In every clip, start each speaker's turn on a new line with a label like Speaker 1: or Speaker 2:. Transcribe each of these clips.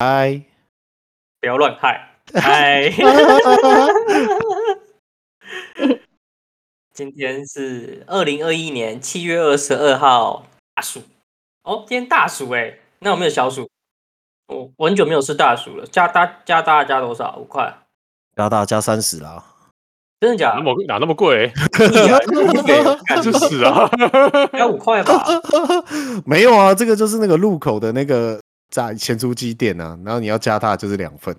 Speaker 1: 嗨，
Speaker 2: 不要乱 嗨，嗨！今天是二零二一年七月二十二号，大暑哦，今天大暑哎、那有没有小暑？我我很久没有吃大暑了，加大加大加多少？五块？
Speaker 1: 加大加三十啦。
Speaker 2: 真的假
Speaker 3: 哪
Speaker 2: 的
Speaker 3: 那？么哪那么贵？
Speaker 2: 屁啊你给我看
Speaker 3: 这是 啊，
Speaker 2: 要五块吧？
Speaker 1: 没有啊，这个就是那个路口的那个炸咸酥鸡店啊，然后你要加大就是两份，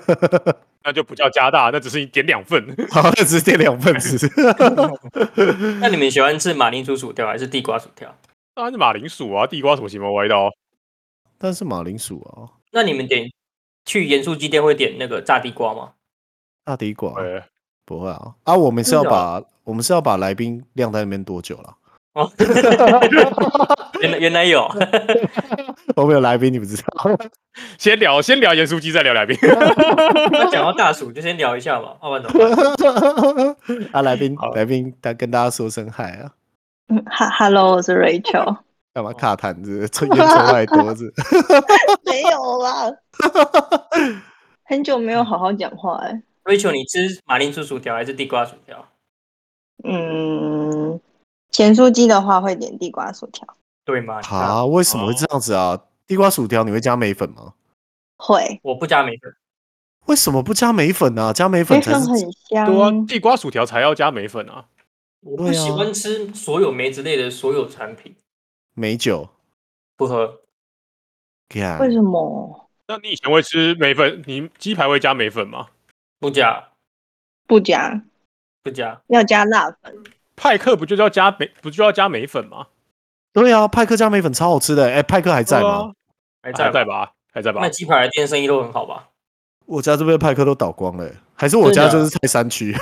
Speaker 3: 那就不叫加大，那只是你点两份。
Speaker 1: 好，那只是点两份 吃。
Speaker 2: 那你们喜欢吃马铃薯薯条还是地瓜薯条？
Speaker 3: 当然是马铃薯啊，地瓜什么奇怪味道？
Speaker 1: 但是马铃薯啊，
Speaker 2: 那你们点去盐酥鸡店会点那个炸地瓜吗？
Speaker 1: 大地瓜
Speaker 3: 呃，
Speaker 1: 不会啊。啊，我们是要
Speaker 2: 真的啊
Speaker 1: 把我们是要把来宾晾在那边多久了？
Speaker 2: 哦，原来原来有，
Speaker 1: 我们有来宾，你不知道。
Speaker 3: 先聊先聊盐酥鸡，再聊来宾。
Speaker 2: 那讲到大暑就先聊一下嘛，要不然怎么办？
Speaker 1: 啊，来宾
Speaker 3: 好，
Speaker 1: 来宾，他跟大家说声嗨啊，
Speaker 4: 嗯，哈，Hello，我是 Rachel。
Speaker 1: 干
Speaker 3: 哦
Speaker 1: 嘛卡痰子， 抽烟抽太多 子，
Speaker 4: 没有啦，很久没有好好讲话哎、
Speaker 2: Rachel，你吃马铃薯薯条还是地瓜薯条？
Speaker 4: 嗯，咸酥鸡的话会点地瓜薯条，
Speaker 2: 对吗？你看
Speaker 1: 啊，为什么会这样子啊？
Speaker 3: 哦
Speaker 1: 地瓜薯条你会加梅粉吗？
Speaker 4: 会，
Speaker 2: 我不加梅粉，
Speaker 1: 为什么不加梅粉呢、啊？加梅粉
Speaker 4: 梅
Speaker 1: 才
Speaker 4: 粉
Speaker 1: 是
Speaker 4: 很香。
Speaker 3: 对啊，地瓜薯条才要加梅粉啊。
Speaker 2: 我不喜欢吃所有梅之类的所有产品，
Speaker 1: 美酒。
Speaker 2: 不喝。
Speaker 1: 看
Speaker 4: 为什么
Speaker 3: 那你以前会吃梅粉？你鸡排会加梅粉吗？
Speaker 2: 不加
Speaker 4: 不加？
Speaker 2: 不加，
Speaker 4: 要加辣粉？
Speaker 3: 派克不就要加梅，不就要加梅粉吗？
Speaker 1: 对啊，派克加梅粉超好吃的。哎、派克还在
Speaker 3: 对
Speaker 1: 吗
Speaker 3: 啊？？
Speaker 2: 还在
Speaker 3: 还在
Speaker 2: 吧？
Speaker 3: 吧？还在吧
Speaker 2: 那？鸡排的店生意都很好 吧？
Speaker 1: 我家这边的派克都倒光了、欸还是我
Speaker 2: 真
Speaker 1: 家
Speaker 2: 的啊
Speaker 1: 就是泰山区。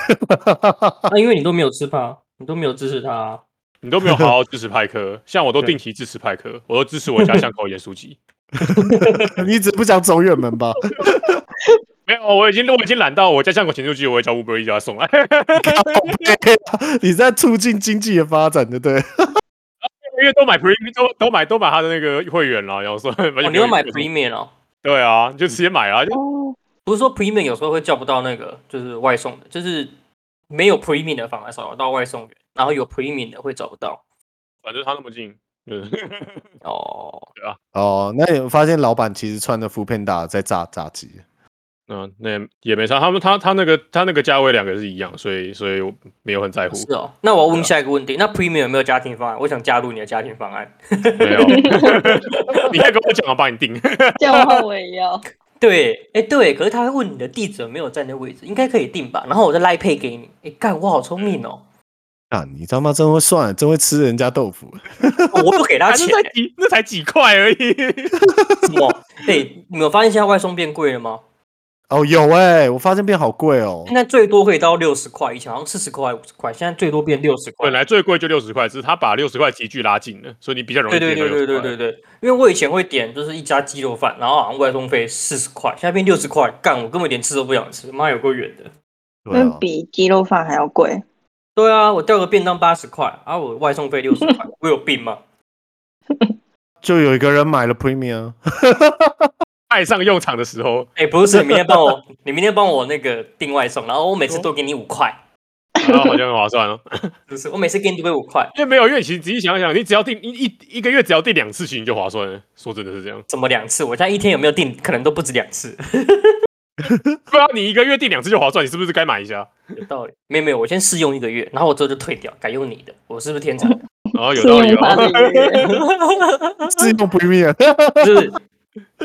Speaker 2: 那因为你都没有吃它，啊你都没有支持它啊。
Speaker 3: 你都没有好好支持派克，像我都定期支持派克，我都支持我家巷口的盐酥鸡。 啊
Speaker 1: 你只不想走远门吧？
Speaker 3: 没有，我已经我已经懒到我家巷口咸酥鸡，我会叫 Uber 一家送 来。
Speaker 1: 啊你在促进经济的发展，对不对？
Speaker 3: 因为都买 Premium，都都买都买他的那个会员了，然后说、
Speaker 2: 哦，
Speaker 3: 哦
Speaker 2: 你要买 Premium 哦？
Speaker 3: 对啊，你就直接买啊，就
Speaker 4: 哦，
Speaker 2: 不是说 Premium 有时候会叫不到那个就是外送的，就是没有 Premium 的反而找得到外送员，然后有 Premium 的会找不到。
Speaker 3: 反正他那么近，就是
Speaker 2: 哦，
Speaker 1: 哦，那你有发现老板其实穿着福片达在炸炸鸡。
Speaker 3: 嗯，那也也没差。他们他他那个他那个价位两个是一样，所以所以我没有很在乎，
Speaker 2: 是哦。那我要
Speaker 3: 对啊
Speaker 2: 问下一个问题，那 Premium 有没有家庭方案？我想加入你的家庭方案。
Speaker 3: 没
Speaker 2: 啊
Speaker 3: 有。 你还跟我讲，我帮你定。
Speaker 4: 这样的话我也要。
Speaker 2: 对，哎对，可是他会问你的地址有没有站的位置，应该可以定吧？然后我再赖配给你。哎，干，我好聪明哦，
Speaker 1: 啊，你他妈真会算，真会吃人家豆腐。
Speaker 2: 哦我有给他
Speaker 3: 啊，那
Speaker 2: 钱。
Speaker 3: 才几那才几块而已。
Speaker 2: 什么？哎，你有发现现在外送变贵了吗？
Speaker 1: 哦，有哎、我发现变好贵哦
Speaker 2: 现。在最多可以到六十块，以前好像四十块、五十块，现在最多变六十块
Speaker 3: 本。来最贵就六十块，只是他把六十块集距拉近了，所以你比较容易
Speaker 2: 对对
Speaker 3: 点到60
Speaker 2: 对对对
Speaker 3: 块
Speaker 2: 对对，因为我以前会点就是一家鸡肉饭，然后好像外送费四十块，现在变六十块，干我根本连吃都不想吃，妈有够远的。
Speaker 1: 对
Speaker 4: 那
Speaker 1: 啊，
Speaker 4: 比鸡肉饭还要贵，
Speaker 2: 对啊，我掉个便当八十块，啊我外送费六十块，我有病吗？
Speaker 1: 就有一个人买了 premium，
Speaker 3: 派上用场的时候，
Speaker 2: 哎、不是，你明天帮 我，你明天帮我那个订外送，然后我每次多给你五块，
Speaker 3: 然后好像很划算哦。
Speaker 2: 就是我每次给你都给五块，
Speaker 3: 因为没有，因为其实仔细想想，你只要订一一一个月只要订两次，其实你就划算了。说真的是这样，
Speaker 2: 怎么两次？我现在一天有没有订，可能都不止两次。
Speaker 3: 不然你一个月订两次就划算，你是不是该买一下？
Speaker 2: 有道理，没有没有，我先试用一个月，然后我之后就退掉，改用你的，我是不是天 才？
Speaker 3: 然后有
Speaker 4: 信
Speaker 3: 道理
Speaker 4: 用卡
Speaker 3: 哦。
Speaker 4: 的愉悦
Speaker 1: 自用 premium。
Speaker 2: 就是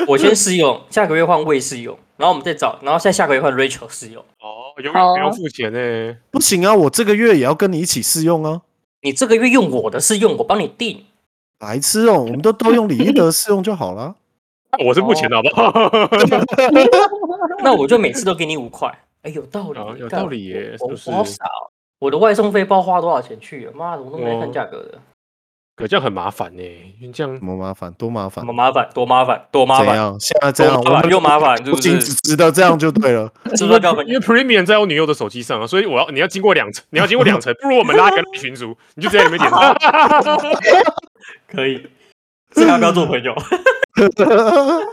Speaker 2: 我先试用，下个月换魏试用，然后我们再找，然后再下个月换 Rachel 试用。
Speaker 3: 哦，永
Speaker 4: 好
Speaker 3: 远
Speaker 4: 啊
Speaker 3: 不用付钱呢、欸
Speaker 1: 不行啊，我这个月也要跟你一起试用啊。
Speaker 2: 你这个月用我的试用，我帮你订。
Speaker 1: 白痴哦，我们都都用李一德适用就好了。
Speaker 3: 我是目前的好不
Speaker 4: 啊
Speaker 3: 好？
Speaker 2: 那我就每次都给你五块。 哎，有道理
Speaker 3: 啊，有
Speaker 2: 干
Speaker 3: 道理耶
Speaker 2: 我我
Speaker 3: 就是
Speaker 2: 我好傻哦我的外送费不知道花多少钱去了，妈的，我都没看
Speaker 3: 哦
Speaker 2: 价格的，
Speaker 3: 可这样很麻烦呢，欸因为这样
Speaker 1: 什么麻 烦？多麻烦
Speaker 2: 怎么？麻烦？多麻烦？多麻
Speaker 1: 怎
Speaker 2: 烦？
Speaker 1: 样？现在这样，
Speaker 2: 多
Speaker 1: 我
Speaker 2: 麻烦
Speaker 1: 们
Speaker 2: 又麻烦，是
Speaker 1: 不
Speaker 2: 不
Speaker 1: 仅
Speaker 2: 是？
Speaker 1: 只
Speaker 2: 是
Speaker 1: 值得这样就对了。
Speaker 2: 不是要分
Speaker 3: 因为 Premium 在我女友的手机上啊，所以我要你要经过两层，你要经过两 层，不如我们拉一个群组，你就直接在里面点赞。
Speaker 2: 可以？这要不要做朋 友？
Speaker 1: 哎啊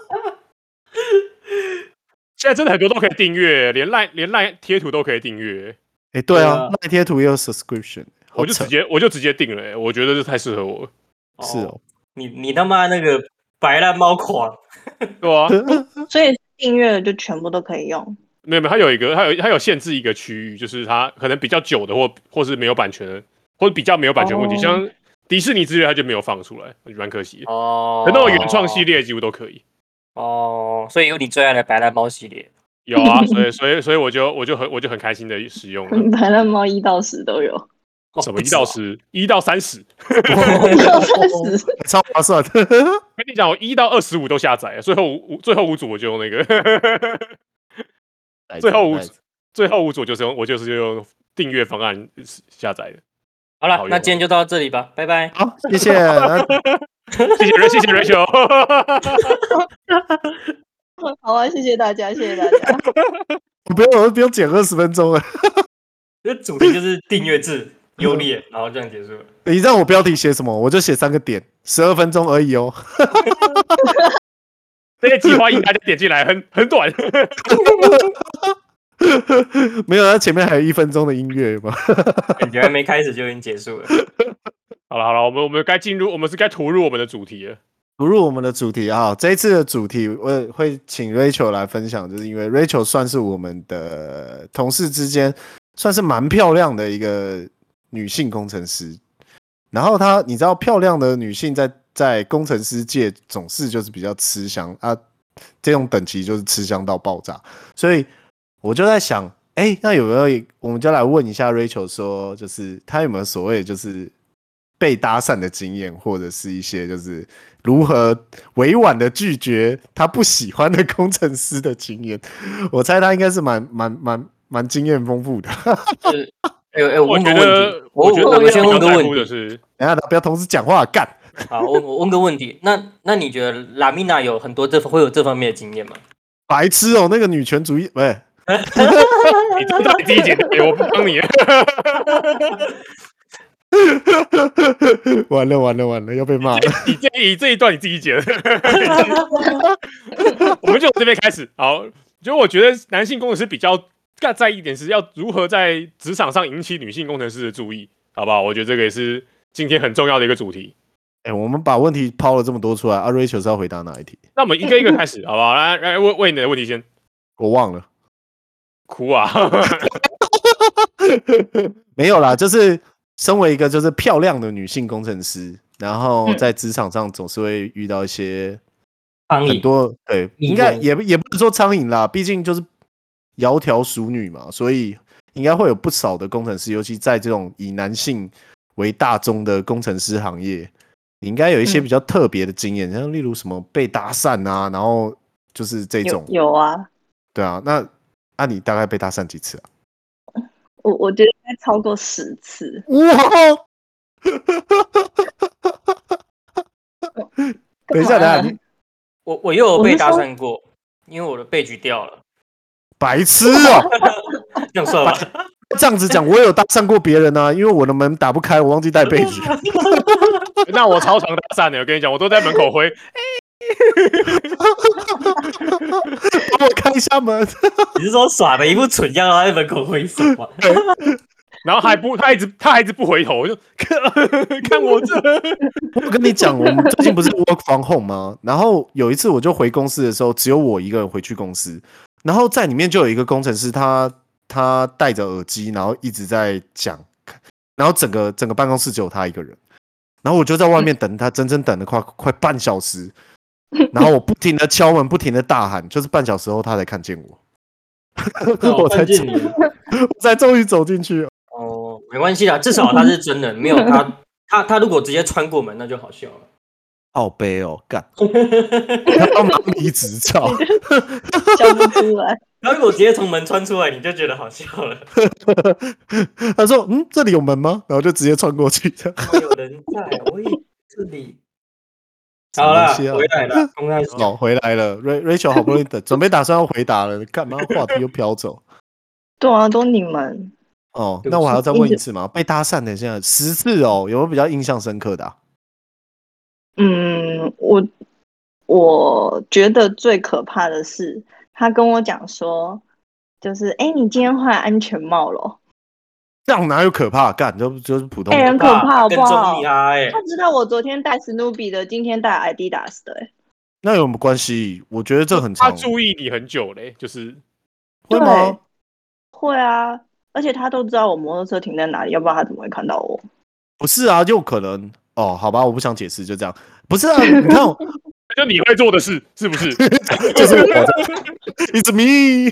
Speaker 3: 现在真的很多都可以订阅，连赖连赖贴图都可以订阅，
Speaker 1: 哎，对
Speaker 2: 对
Speaker 1: 啊
Speaker 2: 啊，
Speaker 1: 那贴图也有 subscription，好
Speaker 3: 我就
Speaker 1: 扯
Speaker 3: 直接我就直接订了欸，我觉得这太适合我了，
Speaker 1: 是哦，
Speaker 2: 你你他妈那个白烂 猫狂，
Speaker 3: 对啊，
Speaker 4: 所以订阅了就全部都可以用。
Speaker 3: 没有没有，它有一个它有它有限制一个区域，就是它可能比较久的或或是没有版权的，或者比较没有版权问题，
Speaker 4: 哦
Speaker 3: 像迪士尼之类它就没有放出来，蛮可惜的。
Speaker 2: 哦，
Speaker 3: 那种原创系列几乎都可以。
Speaker 2: 哦，所以有你最爱的白兰猫系列，
Speaker 3: 有啊，所以所以所以我就我就很我就很开心的使用了。
Speaker 4: 白烂猫一到十都有，
Speaker 2: 哦
Speaker 3: 什么一到？十，一到三十，
Speaker 4: 一到三十，
Speaker 1: 超划算。
Speaker 3: 跟你讲，我一到二十五都下载了，最后五最后五组我就用那个，最后 五组最后五组就是用我就是用订阅方案下载的。
Speaker 2: 好
Speaker 3: 好
Speaker 2: 了，
Speaker 3: 用
Speaker 2: 那今天就到这里吧，拜拜。
Speaker 1: 好，谢谢。 那
Speaker 3: 谢谢谢谢 Rachel，
Speaker 4: 好啊，谢谢大家，谢谢大家。
Speaker 1: 不用，我不用剪二十分钟了。
Speaker 2: 这主题就是订阅制 优劣，然后这样结束了。
Speaker 1: 你让我标题写什么，我就写三个点，十二分钟而已哦。
Speaker 3: 这些计划应大家点进来，很很短。
Speaker 1: 没有，它啊前面还有一分钟的音乐嘛。
Speaker 2: 感觉还没开始就已经结束了。
Speaker 3: 好了好了，我们我们该进入，我们是该投入我们的主题了。
Speaker 1: 不入我们的主题啊，这一次的主题我会请 Rachel 来分享，就是因为 Rachel 算是我们的同事之间算是蛮漂亮的一个女性工程师。然后她，你知道，漂亮的女性在在工程师界总是就是比较吃香啊，这种等级就是吃香到爆炸。所以我就在想，哎、那有没有我们就来问一下 Rachel 说，就是她有没有所谓就是被搭讪的经验，或者是一些就是如何委婉的拒绝她不喜欢的工程师的经验？我猜她应该是蛮蛮蛮蛮经验丰富的。
Speaker 2: 哎呦哎，我
Speaker 3: 我
Speaker 2: 问个
Speaker 3: 觉
Speaker 2: 问题
Speaker 3: 得，，
Speaker 2: 我
Speaker 3: 觉
Speaker 2: 我
Speaker 3: 得
Speaker 2: 我先问个
Speaker 3: 比较在
Speaker 2: 问
Speaker 3: 乎的
Speaker 2: 题，
Speaker 3: 是，
Speaker 1: 等一下不要同时讲话，干。
Speaker 2: 好，我我问个问题，那那你觉得拉米娜有很多这会有这方面的经验吗？
Speaker 1: 白痴哦，那个女权主义，喂、
Speaker 3: 你这是第一点，哎我不帮你。
Speaker 1: 完了完了完了，要被骂了。
Speaker 3: 你这你这一段你自己剪， 我们就从这边开始。好，就我觉得男性工程师比较更在意一点是要如何在职场上引起女性工程师的注意，好不好？我觉得这个也是今天很重要的一个主题。
Speaker 1: 哎、我们把问题抛了这么多出来，阿、啊、Rachel 是要回答哪一题？
Speaker 3: 那我们一个一个开
Speaker 4: 嗯
Speaker 3: 始，好不好？来来问问你的问题先。
Speaker 1: 我忘了，
Speaker 3: 哭啊！
Speaker 1: 没有啦，就是身为一个就是漂亮的女性工程师，然后
Speaker 4: 嗯
Speaker 1: 在职场上总是会遇到一些
Speaker 2: 抗
Speaker 1: 很
Speaker 2: 议，
Speaker 1: 多对，
Speaker 2: 迷
Speaker 1: 应该
Speaker 2: 人
Speaker 1: 也不也不是说苍蝇啦，毕竟就是窈窕淑女嘛，所以应该会有不少的工程师，尤其在这种以男性为大宗的工程师行业，你应该有一些
Speaker 4: 嗯
Speaker 1: 比较特别的经验，像例如什么被搭讪啊，然后就是这
Speaker 4: 有
Speaker 1: 种，
Speaker 4: 有啊，
Speaker 1: 对啊，那那、你大概被搭讪几次啊？
Speaker 4: 我我觉得应该超过十次，
Speaker 1: 哇！等一下，等
Speaker 4: 干嘛啊
Speaker 1: 一下，你
Speaker 2: 我我又有
Speaker 4: 我
Speaker 2: 被
Speaker 4: 是
Speaker 2: 搭
Speaker 4: 说
Speaker 2: 讪过，因为我的被举掉 了，
Speaker 1: 白痴哦、
Speaker 2: 这样算吗？
Speaker 1: 这样子讲，我有搭讪过别人啊，因为我的门打不开，我忘记带 被 子。
Speaker 3: 那我超常搭讪的，我跟你讲，我都在门口挥。
Speaker 1: 帮我开一下门。
Speaker 2: 你是说耍的一副蠢样，然后在门口挥手 吗？
Speaker 3: 然后还
Speaker 4: 嗯
Speaker 3: 不，他一直他还一直不回头，我就 看我这，
Speaker 1: 我跟你讲，我们最近不是 work from home 吗？然后有一次我就回公司的时候，只有我一个人回去公司，然后在里面就有一个工程师，他他戴着耳机，然后一直在讲，然后整个整个办公室只有他一个人，然后我就在外面等他，整整等了快快半小时，然后我不停的敲门，不停的大喊，就是半小时后他才看见 我，我才
Speaker 2: 哦看
Speaker 1: 走
Speaker 2: 见你
Speaker 1: 我才终于走进去。
Speaker 2: 哦，没关系啦，至少他是真人，没有他他他如果直接穿过门，那就好笑了。
Speaker 1: 奥杯哦， 干，要拿离职照，
Speaker 4: 笑不出来。
Speaker 2: 然后如果直接从门穿出来，你就觉得好笑了。
Speaker 1: 他说嗯，这里有门吗？然后就直接穿过去，这样
Speaker 2: 哦有人在，我以为这里。好啦，
Speaker 1: 什么东西啊
Speaker 2: 回来 了，公开
Speaker 1: 哦，回来了，Ra Rachel 好不容易等，准备打算要回答了，干嘛话题又飘走？
Speaker 4: 对啊，都你们
Speaker 1: 哦，
Speaker 2: 对
Speaker 1: 那我还要再
Speaker 4: 硬
Speaker 1: 问一
Speaker 4: 着
Speaker 1: 次吗？被搭讪的现在十次哦，有没有比较印象深刻的啊、
Speaker 4: 嗯，我我觉得最可怕的是，他跟我讲说，就是哎、诶你今天换安全帽了，
Speaker 1: 这样哪有可怕？干，就就是普通
Speaker 4: 哎、
Speaker 1: 的
Speaker 4: 很可怕，好
Speaker 2: 跟
Speaker 4: 不
Speaker 2: 踪
Speaker 4: 好
Speaker 2: 你？啊，哎，
Speaker 4: 他知道我昨天戴史努比的，今天戴 Adidas 的、欸，
Speaker 1: 那有什么关系？我觉得这很
Speaker 3: 他
Speaker 1: 常
Speaker 3: 注意你很久嘞，就是
Speaker 1: 会
Speaker 4: 对
Speaker 1: 吗？
Speaker 4: 会啊，而且他都知道我摩托车停在哪里，要不然他怎么会看到我？
Speaker 1: 不是啊，就可能哦，好吧，我不想解释，就这样。不是啊，你 看我，
Speaker 3: 就你会做的事，是不 是？
Speaker 1: 就是我，It's me，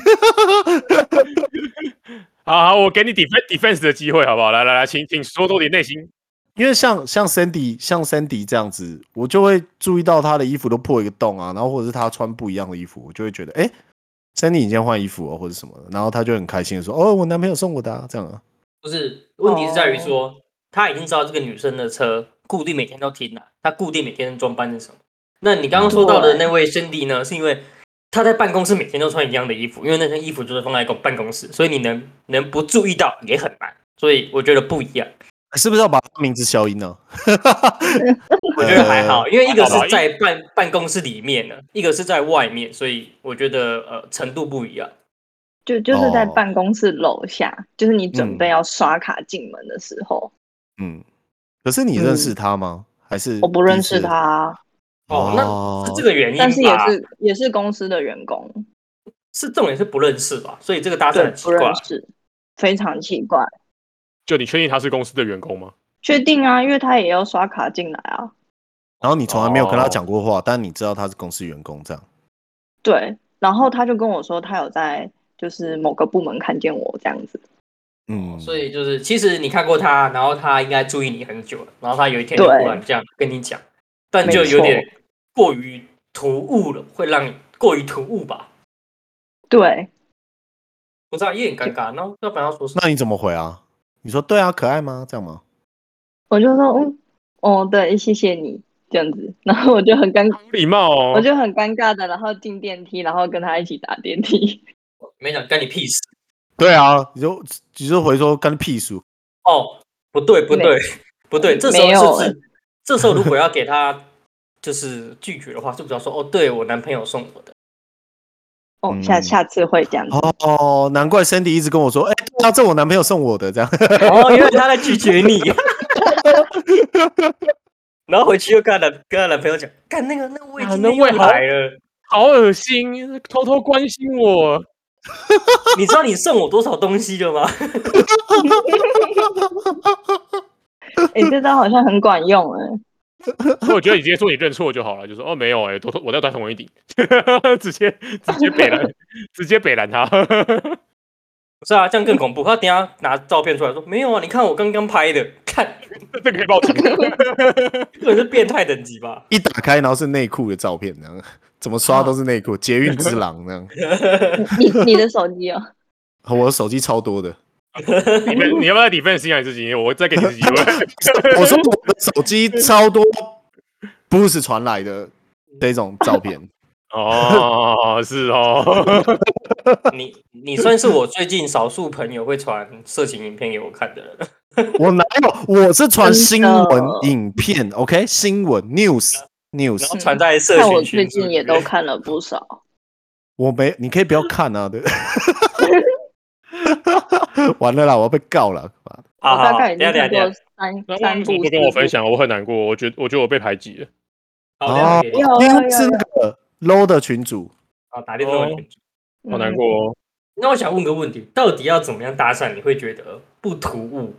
Speaker 3: 好好，我给你 defense defense 的机会，好不好？来来来，请请说多点内心。
Speaker 1: 因为像像 Sandy 像 Sandy 这样子，我就会注意到他的衣服都破一个洞啊，然后或者是他穿不一样的衣服，我就会觉得，哎、s a n d y 你今天换衣服哦，或者什么的，然后他就很开心的说，哦，我男朋友送我的、啊，这样啊，
Speaker 2: 不是，问题是在于
Speaker 4: 哦
Speaker 2: 说，他已经知道这个女生的车固定每天都停了、他固定每天装扮是什么。那你刚刚说到的那位兄弟
Speaker 4: 嗯
Speaker 2: 呢，是因为他在办公室每天都穿一样的衣服，因为那身衣服就是放在公办公室，所以你能能不注意到也很难。所以我觉得不一 样，
Speaker 1: 是不是要把他名字消音呢、 呃
Speaker 2: 我觉得还好，因为一个
Speaker 3: 还好吧
Speaker 2: 是在办办公室里面的，一个是在外面，所以我觉得呃程度不一样。
Speaker 4: 就就是在
Speaker 1: 哦
Speaker 4: 办公室楼下，就是你准
Speaker 1: 嗯
Speaker 4: 备要刷卡进门的时候，
Speaker 1: 嗯，可是你认
Speaker 2: 嗯
Speaker 1: 识他吗？还是
Speaker 4: 我不认识
Speaker 1: 第一次
Speaker 4: 他啊。
Speaker 2: 哦，那是这个原因吧？
Speaker 4: 但是也是也是公司的员工，
Speaker 2: 是重点是不认识吧，所以这个搭讪
Speaker 4: 对
Speaker 2: 很，奇
Speaker 4: 不
Speaker 2: 怪
Speaker 4: 认
Speaker 2: 啊。
Speaker 4: 识，非常奇怪。
Speaker 3: 就你确定他是公司的员工吗？
Speaker 4: 确定啊，因为他也要刷卡进来啊。
Speaker 1: 然后你从来没有跟他
Speaker 3: 哦
Speaker 1: 讲过话，但你知道他是公司员工，这样。
Speaker 4: 对，然后他就跟我说，他有在就是某个部门看见我这样子。
Speaker 1: 嗯，
Speaker 2: 哦所以就是，其实你看过他，然后他应该注意你很久了，然后他有一天就
Speaker 4: 对
Speaker 2: 忽然这样跟你讲，但就有点过于突兀了，会让你过于突兀吧？
Speaker 4: 对，
Speaker 2: 不知道也很尴尬，然后要不然要说什么？
Speaker 1: 那你怎么回啊？你说对啊，可爱吗？这样吗？
Speaker 4: 我就说，嗯，哦，对，谢谢你这样子。然后我就很尴，
Speaker 3: 好礼貌哦，
Speaker 4: 我就很尴尬的，然后进电梯，然后跟他一起打电梯。
Speaker 2: 没讲干你屁事
Speaker 1: 对啊，你就你就回说干屁事。
Speaker 2: 哦，不对不对不对，这时
Speaker 4: 没有
Speaker 2: 候是
Speaker 4: 欸
Speaker 2: 不是？这时候如果要给他就是拒绝的话，就比较说哦，对我男朋友送我的，
Speaker 4: 哦，
Speaker 1: 嗯
Speaker 4: 下下次会这样子。
Speaker 1: 哦，难怪 Sandy 一直跟我说，哎、对啊，这我男朋友送我的，这样。
Speaker 2: 哦，原来他在拒绝你。 然后回去又跟她男跟她男朋友讲，干那个那我已
Speaker 3: 啊
Speaker 2: 经
Speaker 3: 那胃好
Speaker 2: 来了，
Speaker 3: 好恶心，偷偷关心我。
Speaker 2: 你知道你送我多少东西 了吗？
Speaker 4: 哎、这招好像很管用哎、
Speaker 3: 我觉得你直接说你认错就好了，就说哦没有哎、我我在戴同文一顶， 直接直接北 蓝，直接北蓝他。
Speaker 2: 不是啊，这样更恐怖。他等一下拿照片出来说没有啊，你看我刚刚拍的，看
Speaker 3: 这个可以报警。
Speaker 2: 这个是变态等级吧？
Speaker 1: 一打开，然后是内裤的照片，这样怎么刷都是内裤，捷运之狼那样。
Speaker 4: 你你的手机哦，
Speaker 1: 我的手机超多的，
Speaker 3: 你们你要不要 defense 一下你自己？我再给你自己机 会。
Speaker 1: 我说我的手机超多，不是传来的这种照片。
Speaker 3: 哦，是哦，
Speaker 2: 你你算是我最近少数朋友会传色情影片给我看的 人。
Speaker 1: 我哪有？我是传新闻
Speaker 4: 真的
Speaker 1: 影片，OK，新闻 news
Speaker 2: 然
Speaker 1: news。
Speaker 2: 后传在 社
Speaker 4: 看我
Speaker 2: 群
Speaker 4: 最
Speaker 2: 群组
Speaker 4: 近
Speaker 2: 里
Speaker 4: 也
Speaker 2: 面
Speaker 4: 都看了不少。
Speaker 1: 我没，你可以不要看啊，对。 完了啦，我要被告了。妈的
Speaker 2: 好
Speaker 4: 我
Speaker 2: 好，
Speaker 4: 大
Speaker 2: 好
Speaker 4: 概已
Speaker 2: 等一
Speaker 4: 经
Speaker 2: 下等一下等一
Speaker 4: 看过
Speaker 2: 下。
Speaker 4: 三
Speaker 3: 那
Speaker 4: 三
Speaker 3: 为什
Speaker 4: 部
Speaker 3: 么不跟我分享？我很难过，我觉我觉得我被排挤了。
Speaker 2: 好，等一下给你
Speaker 3: 哦
Speaker 4: 有有
Speaker 1: 因
Speaker 4: 有
Speaker 1: 为哦是那个 low 的群主，
Speaker 2: 好打电话给你。
Speaker 4: 有，
Speaker 3: 好难
Speaker 4: 嗯。
Speaker 3: 过哦。
Speaker 2: 那我想问个问题，到底要怎么样搭讪你会觉得不突兀？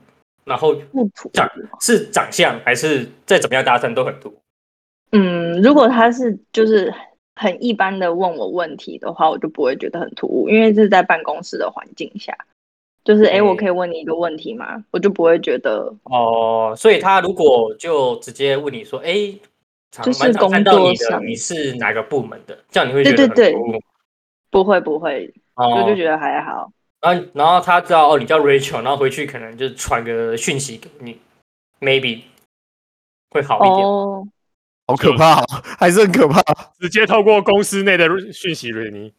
Speaker 2: 然后
Speaker 4: 不土
Speaker 2: 长是长相还是再怎么样搭讪都很突兀？
Speaker 4: 嗯，如果他是就是很一般的问我问题的话，我就不会觉得很突兀，因为这是在办公室的环境下，就是
Speaker 3: 嗯
Speaker 4: 诶，我
Speaker 2: 对
Speaker 4: 可以问你一个问题吗？我就不会觉得
Speaker 2: 哦哦，所以他如果就直接问你说，哎，常
Speaker 4: 就是
Speaker 2: 蛮常看
Speaker 4: 工
Speaker 2: 到
Speaker 4: 作
Speaker 2: 你的
Speaker 4: 上
Speaker 2: 你是哪个部门的，这样你会觉
Speaker 4: 对
Speaker 2: 得很
Speaker 4: 对对
Speaker 2: 突兀
Speaker 4: 不会不会，
Speaker 2: 哦
Speaker 4: 我就觉得还好。
Speaker 2: 然后然后他知道哦你叫 Rachel，然后回去可能就传个讯息给你，maybe 会好一点。
Speaker 4: 哦，
Speaker 1: 好可怕、哦， 还是很可怕。
Speaker 3: 直接透过公司内的讯息瑞尼，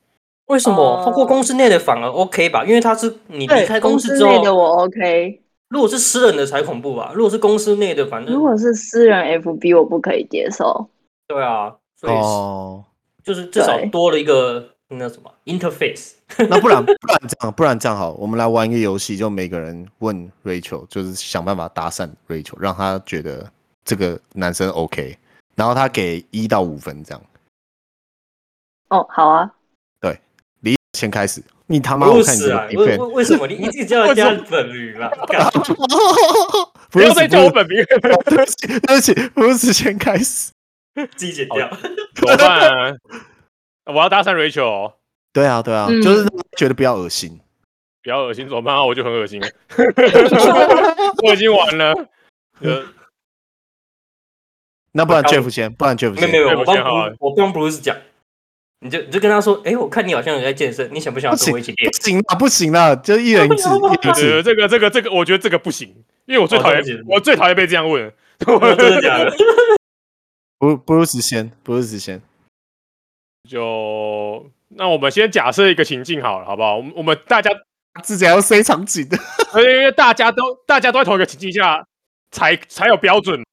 Speaker 2: 为什么
Speaker 4: 哦
Speaker 2: 通过公司内的反而 OK 吧？因为他是你离
Speaker 4: 对，
Speaker 2: 开
Speaker 4: 公
Speaker 2: 司
Speaker 4: 司
Speaker 2: 之
Speaker 4: 内的
Speaker 2: 后，
Speaker 4: 我 OK，
Speaker 2: 如果是私人的才恐怖吧。如果是公司内的，反
Speaker 3: 嗯
Speaker 2: 正
Speaker 4: 如果是私人 FB 我不可以接受。
Speaker 2: 对啊，所以
Speaker 1: 哦，
Speaker 2: 就是至少
Speaker 4: 对
Speaker 2: 多了一个那什么 interface。
Speaker 1: 那不然不然这样，不然这样好，我们来玩一个游戏，就每个人问 Rachel，就是想办法搭讪 Rachel，让他觉得这个男生 OK，然后他给一到五分这样。
Speaker 4: 哦，好啊，
Speaker 1: 李先开始，你他妈
Speaker 2: 不
Speaker 1: 我看你
Speaker 2: 是
Speaker 1: 怎么，
Speaker 2: 啊为
Speaker 1: 一
Speaker 2: 为
Speaker 1: 片，
Speaker 2: 为什么你一直叫人家本驴 啦？干
Speaker 3: 不要再叫我本名，
Speaker 1: 对不起，对不起，不是先开始。
Speaker 2: 自己剪
Speaker 1: 哦
Speaker 2: 掉。
Speaker 3: 怎么办、我要搭讪 Rachel，哦
Speaker 1: 对啊，对啊，
Speaker 4: 嗯
Speaker 1: 就是让他觉得比较恶心。
Speaker 3: 比较恶心，怎么办啊？我就很恶 心了，我已经完了。呃，
Speaker 1: 那不然
Speaker 2: 我刚
Speaker 1: Jeff 先，不然 Jeff
Speaker 2: 没有
Speaker 1: 先。
Speaker 2: 没有，我
Speaker 3: 我
Speaker 2: 帮
Speaker 3: 先好了
Speaker 2: Bruce- 我帮 Bruce 讲，你就你就跟他说，哎，我看你好像有在健身，你想不想要跟我一起练
Speaker 1: 不？行啦，不行啦，就一人一 次，一人一
Speaker 3: 呃，
Speaker 1: 次。
Speaker 3: 这个这个这个，我觉得这个不行，因为我最讨厌
Speaker 2: 哦对不起
Speaker 3: 我最讨厌被这样问。
Speaker 2: 真的假的？
Speaker 1: 不，不如直先，不如直先。
Speaker 3: 就那我们先假设一个情境好了，好不好？我们我们大家，
Speaker 1: 自己还要塞场景的。
Speaker 3: 因为大家都大家都在同一个情境下，才才有标准嘛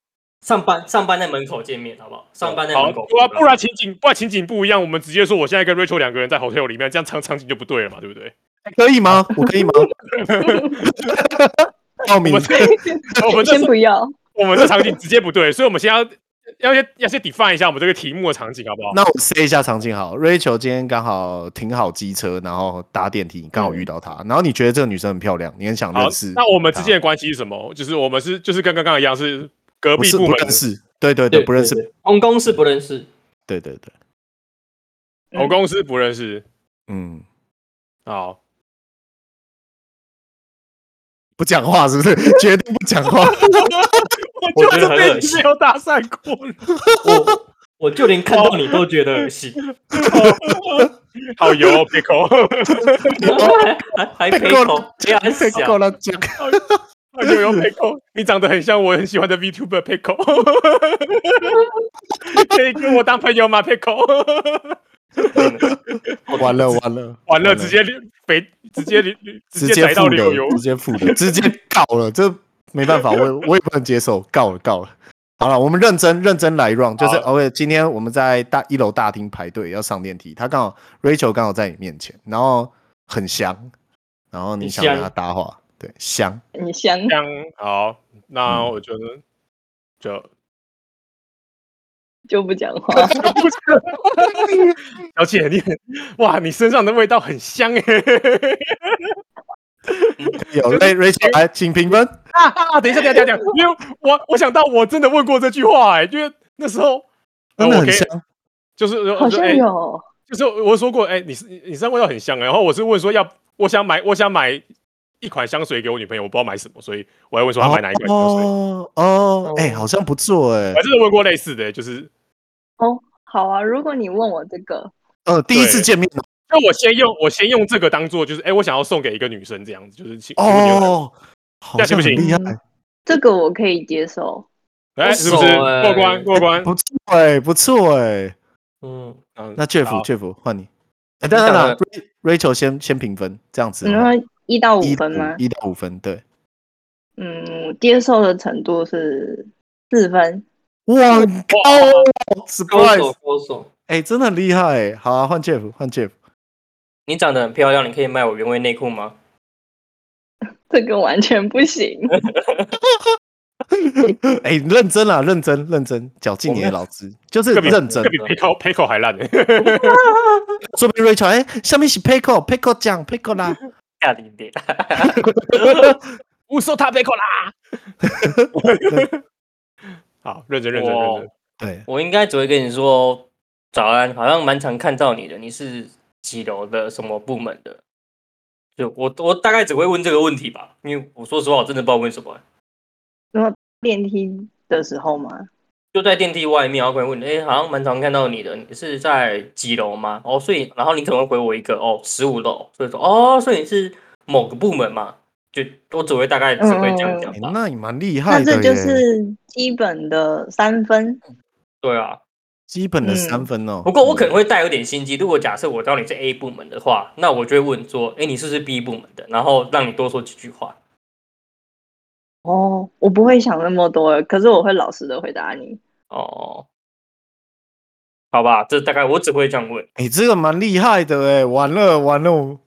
Speaker 2: 上班上班在门口见面，好不好？上班在
Speaker 3: 好
Speaker 2: 门口，，
Speaker 3: 不然不然情景不然情景不一样，我们直接说我现在跟 Rachel 两个人在 hotel 里面，这样场场景就不对了嘛，对不对？
Speaker 1: 可以 吗？我可以吗？报
Speaker 3: 我
Speaker 1: 名
Speaker 3: 们这 我们这
Speaker 4: 先不要。
Speaker 3: 我们这场景直接不对，所以我们先要要先要先 define 一下我们这个题目的场景，好不好？
Speaker 1: 那我塞一下场景好了。Rachel 今天刚好停好机车，然后搭电梯，你刚好遇到她，然后你觉得这个女生很漂亮，你很想
Speaker 3: 好
Speaker 1: 认识，。
Speaker 3: 那我们之间的关系是什么？就是我们是就是跟刚刚一样是隔
Speaker 1: 不
Speaker 3: 壁
Speaker 1: 是
Speaker 3: 部
Speaker 1: 不
Speaker 3: 门
Speaker 1: 认识，对对
Speaker 2: 对
Speaker 1: 对，不认识，。
Speaker 2: 对对我们公司不认识，
Speaker 1: 对对对，
Speaker 4: 嗯
Speaker 3: 我公司不认识。
Speaker 1: 嗯，
Speaker 3: 好，
Speaker 1: 不讲话是不是？ 决定不讲话，
Speaker 3: 我
Speaker 2: 觉得很恶心
Speaker 3: 没有搭讪过了，
Speaker 2: 我我就连看到你都觉得恶心，
Speaker 3: 好油哦 pickle，
Speaker 2: 哦还 啊还
Speaker 1: 被
Speaker 2: 陪
Speaker 1: 够
Speaker 2: 口
Speaker 1: 了，
Speaker 2: 这样
Speaker 1: 被够
Speaker 2: 小，
Speaker 1: 了讲。
Speaker 3: 好油油 pickle，你长得很像我很喜欢的 VTuber pickle，可以跟我当朋友吗 pickle？
Speaker 1: 完了完了
Speaker 3: 完了，直接被直接直
Speaker 1: 直
Speaker 3: 接
Speaker 1: 接
Speaker 3: 逮到
Speaker 1: 负
Speaker 3: 流
Speaker 1: 的
Speaker 3: 油，，
Speaker 1: 直接负的， 直接告了，这没办 法，我也我也不能接受，告了告了。好了，我们认真认真来 run，就是
Speaker 3: 好
Speaker 1: OK。今天我们在大一楼大厅排队要上电梯，他刚好 Rachel 刚好在你面前，然后很香，然后你想
Speaker 2: 香
Speaker 1: 跟他搭话，对，香。
Speaker 4: 你先
Speaker 3: 这样好，那
Speaker 1: 嗯
Speaker 3: 我觉得就
Speaker 4: 就不讲 话，
Speaker 3: 小姐你很哇，你身上的味道很香哎、
Speaker 1: 有 Ra- Rachel 来，请评分。
Speaker 3: 哈哈，啊等一下，等一 下，等一下，因为我我想到我真的问过这句话哎、因为那时候
Speaker 1: 真的很，
Speaker 3: 呃我
Speaker 1: 香
Speaker 3: 给就是我
Speaker 4: 好
Speaker 3: 说
Speaker 4: 像
Speaker 3: 哎
Speaker 4: 有。
Speaker 3: 就是我说过哎、你是你身上味道很香、哎然后我是问说要我想买我想买一款香水给我女朋友，我不知道买什么，所以我还问说她买哪一款香水，
Speaker 1: 哦哦，哎，好像不错哎
Speaker 3: 我。真的问过类似的、就是
Speaker 4: 哦，好啊，如果你问我这个，
Speaker 1: 呃，第一次
Speaker 3: 对
Speaker 1: 见面
Speaker 3: 那我先用我先用这个当做就是哎、我想要送给一个女生这样子，就是请请问你有
Speaker 1: 哦，好
Speaker 3: 这样行
Speaker 1: 像很
Speaker 3: 不行
Speaker 1: 厉害。
Speaker 4: 嗯这个我可以接受。
Speaker 3: 哎，是不
Speaker 2: 不
Speaker 3: 是
Speaker 2: 熟欸
Speaker 3: 过关过关？
Speaker 1: 不错哎、不错哎、
Speaker 2: 嗯，
Speaker 3: 嗯
Speaker 1: 那 Jeff
Speaker 3: 好
Speaker 1: Jeff 换你，哎、
Speaker 2: 你
Speaker 1: 等等
Speaker 2: 讲啊
Speaker 1: 等，Rachel 先先评分，这样子
Speaker 4: 你
Speaker 1: 好
Speaker 4: 说
Speaker 1: 吗，
Speaker 4: 一到五
Speaker 1: 一
Speaker 4: 分吗？
Speaker 1: 一到五分，对。
Speaker 4: 嗯，我接受的程度是四分。
Speaker 1: 哇，很高哦
Speaker 2: 高手
Speaker 1: ，surprise！
Speaker 2: 高手，
Speaker 1: 哎、真的很厉害哎、好啊，换 Jeff，换 Jeff。
Speaker 2: 你长得很漂亮，你可以卖我原味内裤吗？
Speaker 4: 这个完全不行，
Speaker 1: 哎、认真啦，认真认真，绞尽你的脑汁，就是
Speaker 3: 这个比
Speaker 1: 认真
Speaker 3: 这。比 Pickle Pickle 还烂呢、欸。
Speaker 1: 说明 Rachel，哎、下面是 Pickle，Pickle 酱，Pickle 啦。
Speaker 2: 吓你点，
Speaker 3: 我说他 Pickle 啦。好，认真认真认真。
Speaker 1: 对，
Speaker 2: 我应该只会跟你说早安，好像蛮常看到你的，你是几楼的什么部门的？就我我大概只会问这个问题吧，因为我说实话，我真的不知道问什么。
Speaker 4: 电梯的时候吗？
Speaker 2: 就在电梯外面，然后过来问你，哎、好像蛮常看到你的，你是在几楼吗？哦，所以然后你可能会回我一个哦，十五楼，所以说哦，所以你是某个部门嘛？就我只会大概只会这样讲
Speaker 1: 诶
Speaker 2: 吧。
Speaker 1: 哎那你蛮厉害
Speaker 4: 那
Speaker 1: 的耶，
Speaker 4: 这就是基本的三分，
Speaker 2: 对啊，
Speaker 1: 基本的
Speaker 4: 嗯
Speaker 1: 三分哦。
Speaker 2: 不过我可能会带有点心机。如果假设我知道你是 A 部门的话，那我就会问说，哎、你是不是 B 部门的？然后让你多说几句话。
Speaker 4: 哦，我不会想那么多，可是我会老实的回答你。
Speaker 2: 哦，好吧，这大概我只会这样问。
Speaker 1: 你、诶哎这个蛮厉害的哎，完了完了，我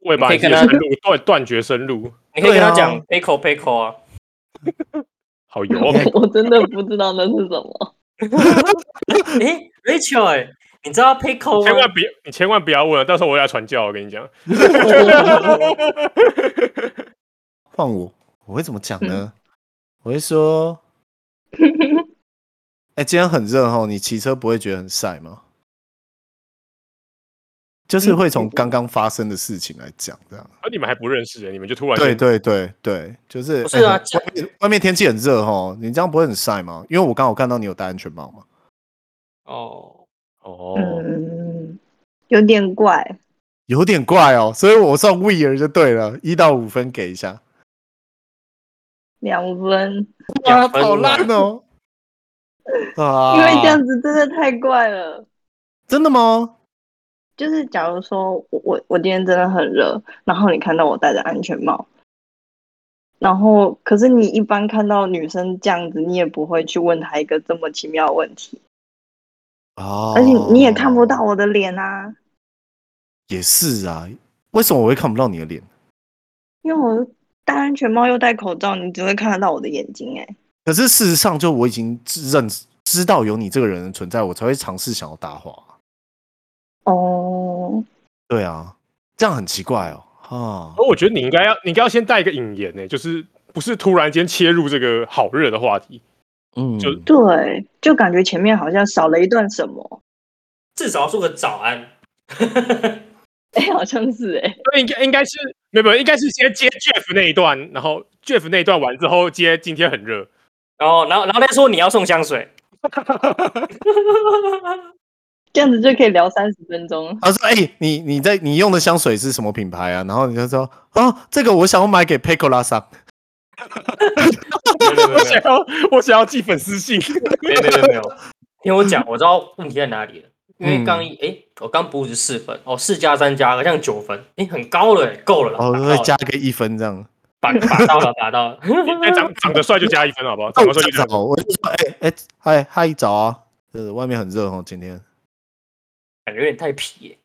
Speaker 3: 为把
Speaker 2: 可
Speaker 3: 你
Speaker 2: 以
Speaker 3: 自己
Speaker 2: 跟
Speaker 3: 的
Speaker 2: 他
Speaker 3: 生路断断绝生路，
Speaker 2: 你可以跟他讲
Speaker 1: 对
Speaker 2: “pickle pickle” 啊，
Speaker 3: 好油
Speaker 1: OK
Speaker 4: 我真的不知道那是 什么。
Speaker 2: 哎、r a c h e l 哎，你知道 pickle
Speaker 3: 千
Speaker 2: 吗
Speaker 3: 万？别，你千万不要问啊！到时候我要传教，我跟你讲。
Speaker 1: 换我，我会怎么讲
Speaker 4: 嗯
Speaker 1: 呢？我会 说，哎、今天很热哦，你骑车不会觉得很晒吗？就是会从刚刚发生的事情来讲，这样。
Speaker 2: 嗯
Speaker 3: 啊，你们还不认识，你们就突然
Speaker 1: 对
Speaker 3: 间
Speaker 1: 对对对，就是。
Speaker 2: 不是啊
Speaker 1: 诶
Speaker 2: 这
Speaker 1: 外面外面天气很热哦，你这样不会很晒吗？因为我刚好看到你有戴安全帽嘛。
Speaker 2: 哦，
Speaker 3: 哦，
Speaker 4: 嗯，有点怪。
Speaker 1: 有点怪哦，所以我算 weird 就对了，一到五分给一下。
Speaker 4: 两分，
Speaker 1: 哇，
Speaker 2: 两分
Speaker 1: 好烂哦！啊，
Speaker 4: 因为这样子真的太怪了。
Speaker 1: 真的吗？
Speaker 4: 就是假如说我我我今天真的很热，然后你看到我戴着安全帽，然后可是你一般看到女生这样子，你也不会去问她一个这么奇妙的问题，
Speaker 1: 哦，
Speaker 4: 而且你也看不到。我的脸啊，
Speaker 1: 也是啊，为什么我会看不到你的脸？
Speaker 4: 因为我戴安全帽又戴口罩，你只会看得到我的眼睛、欸。哎，
Speaker 1: 可是事实上，就我已经知认知道有你这个人的存在，我才会尝试想要搭话。
Speaker 4: 哦，
Speaker 1: 对啊，这样很奇怪哦。啊，
Speaker 3: 而我觉得你应该要，你应该要先带一个引言呢、就是不是突然间切入这个好热的话题。
Speaker 1: 嗯，
Speaker 3: 就
Speaker 4: 对，就感觉前面好像少了一段什么。
Speaker 2: 至少说个早安。
Speaker 4: 哎、好像是哎、
Speaker 3: 所以应该应该是没有没有，应该是先接 Jeff 那一段，然后 Jeff 那一段完之后接今天很热。
Speaker 2: 然后，然后，然后再说你要送香水，
Speaker 4: 这样子就可以聊三十分钟。
Speaker 1: 他说：“哎、你你在你用的香水是什么品牌啊？”然后你就说：“啊，这个我想要买给 p e c o l a 桑。
Speaker 2: 没有没有没有
Speaker 3: 我想要我想要寄粉丝信，
Speaker 2: 没有没有没有 没有，听我讲，我知道问题在哪里了。因
Speaker 1: 嗯
Speaker 2: 为刚一哎、我刚补是四分哦，四加三加好像九分，哎、很高了、够了啦，
Speaker 1: 哦，
Speaker 2: 达到
Speaker 1: 会
Speaker 2: 了
Speaker 1: 加个一分这样。
Speaker 2: 把把到了，把到了。
Speaker 3: 哎，长长得帅就加一分好不好？长
Speaker 1: 那
Speaker 3: 得
Speaker 1: 我
Speaker 3: 帅
Speaker 1: 就
Speaker 3: 就加
Speaker 1: 找
Speaker 3: 一分。，
Speaker 1: 我就说，哎、哎、嗨嗨，早啊！呃，外面很热哦，今天。
Speaker 2: 感觉有点太皮、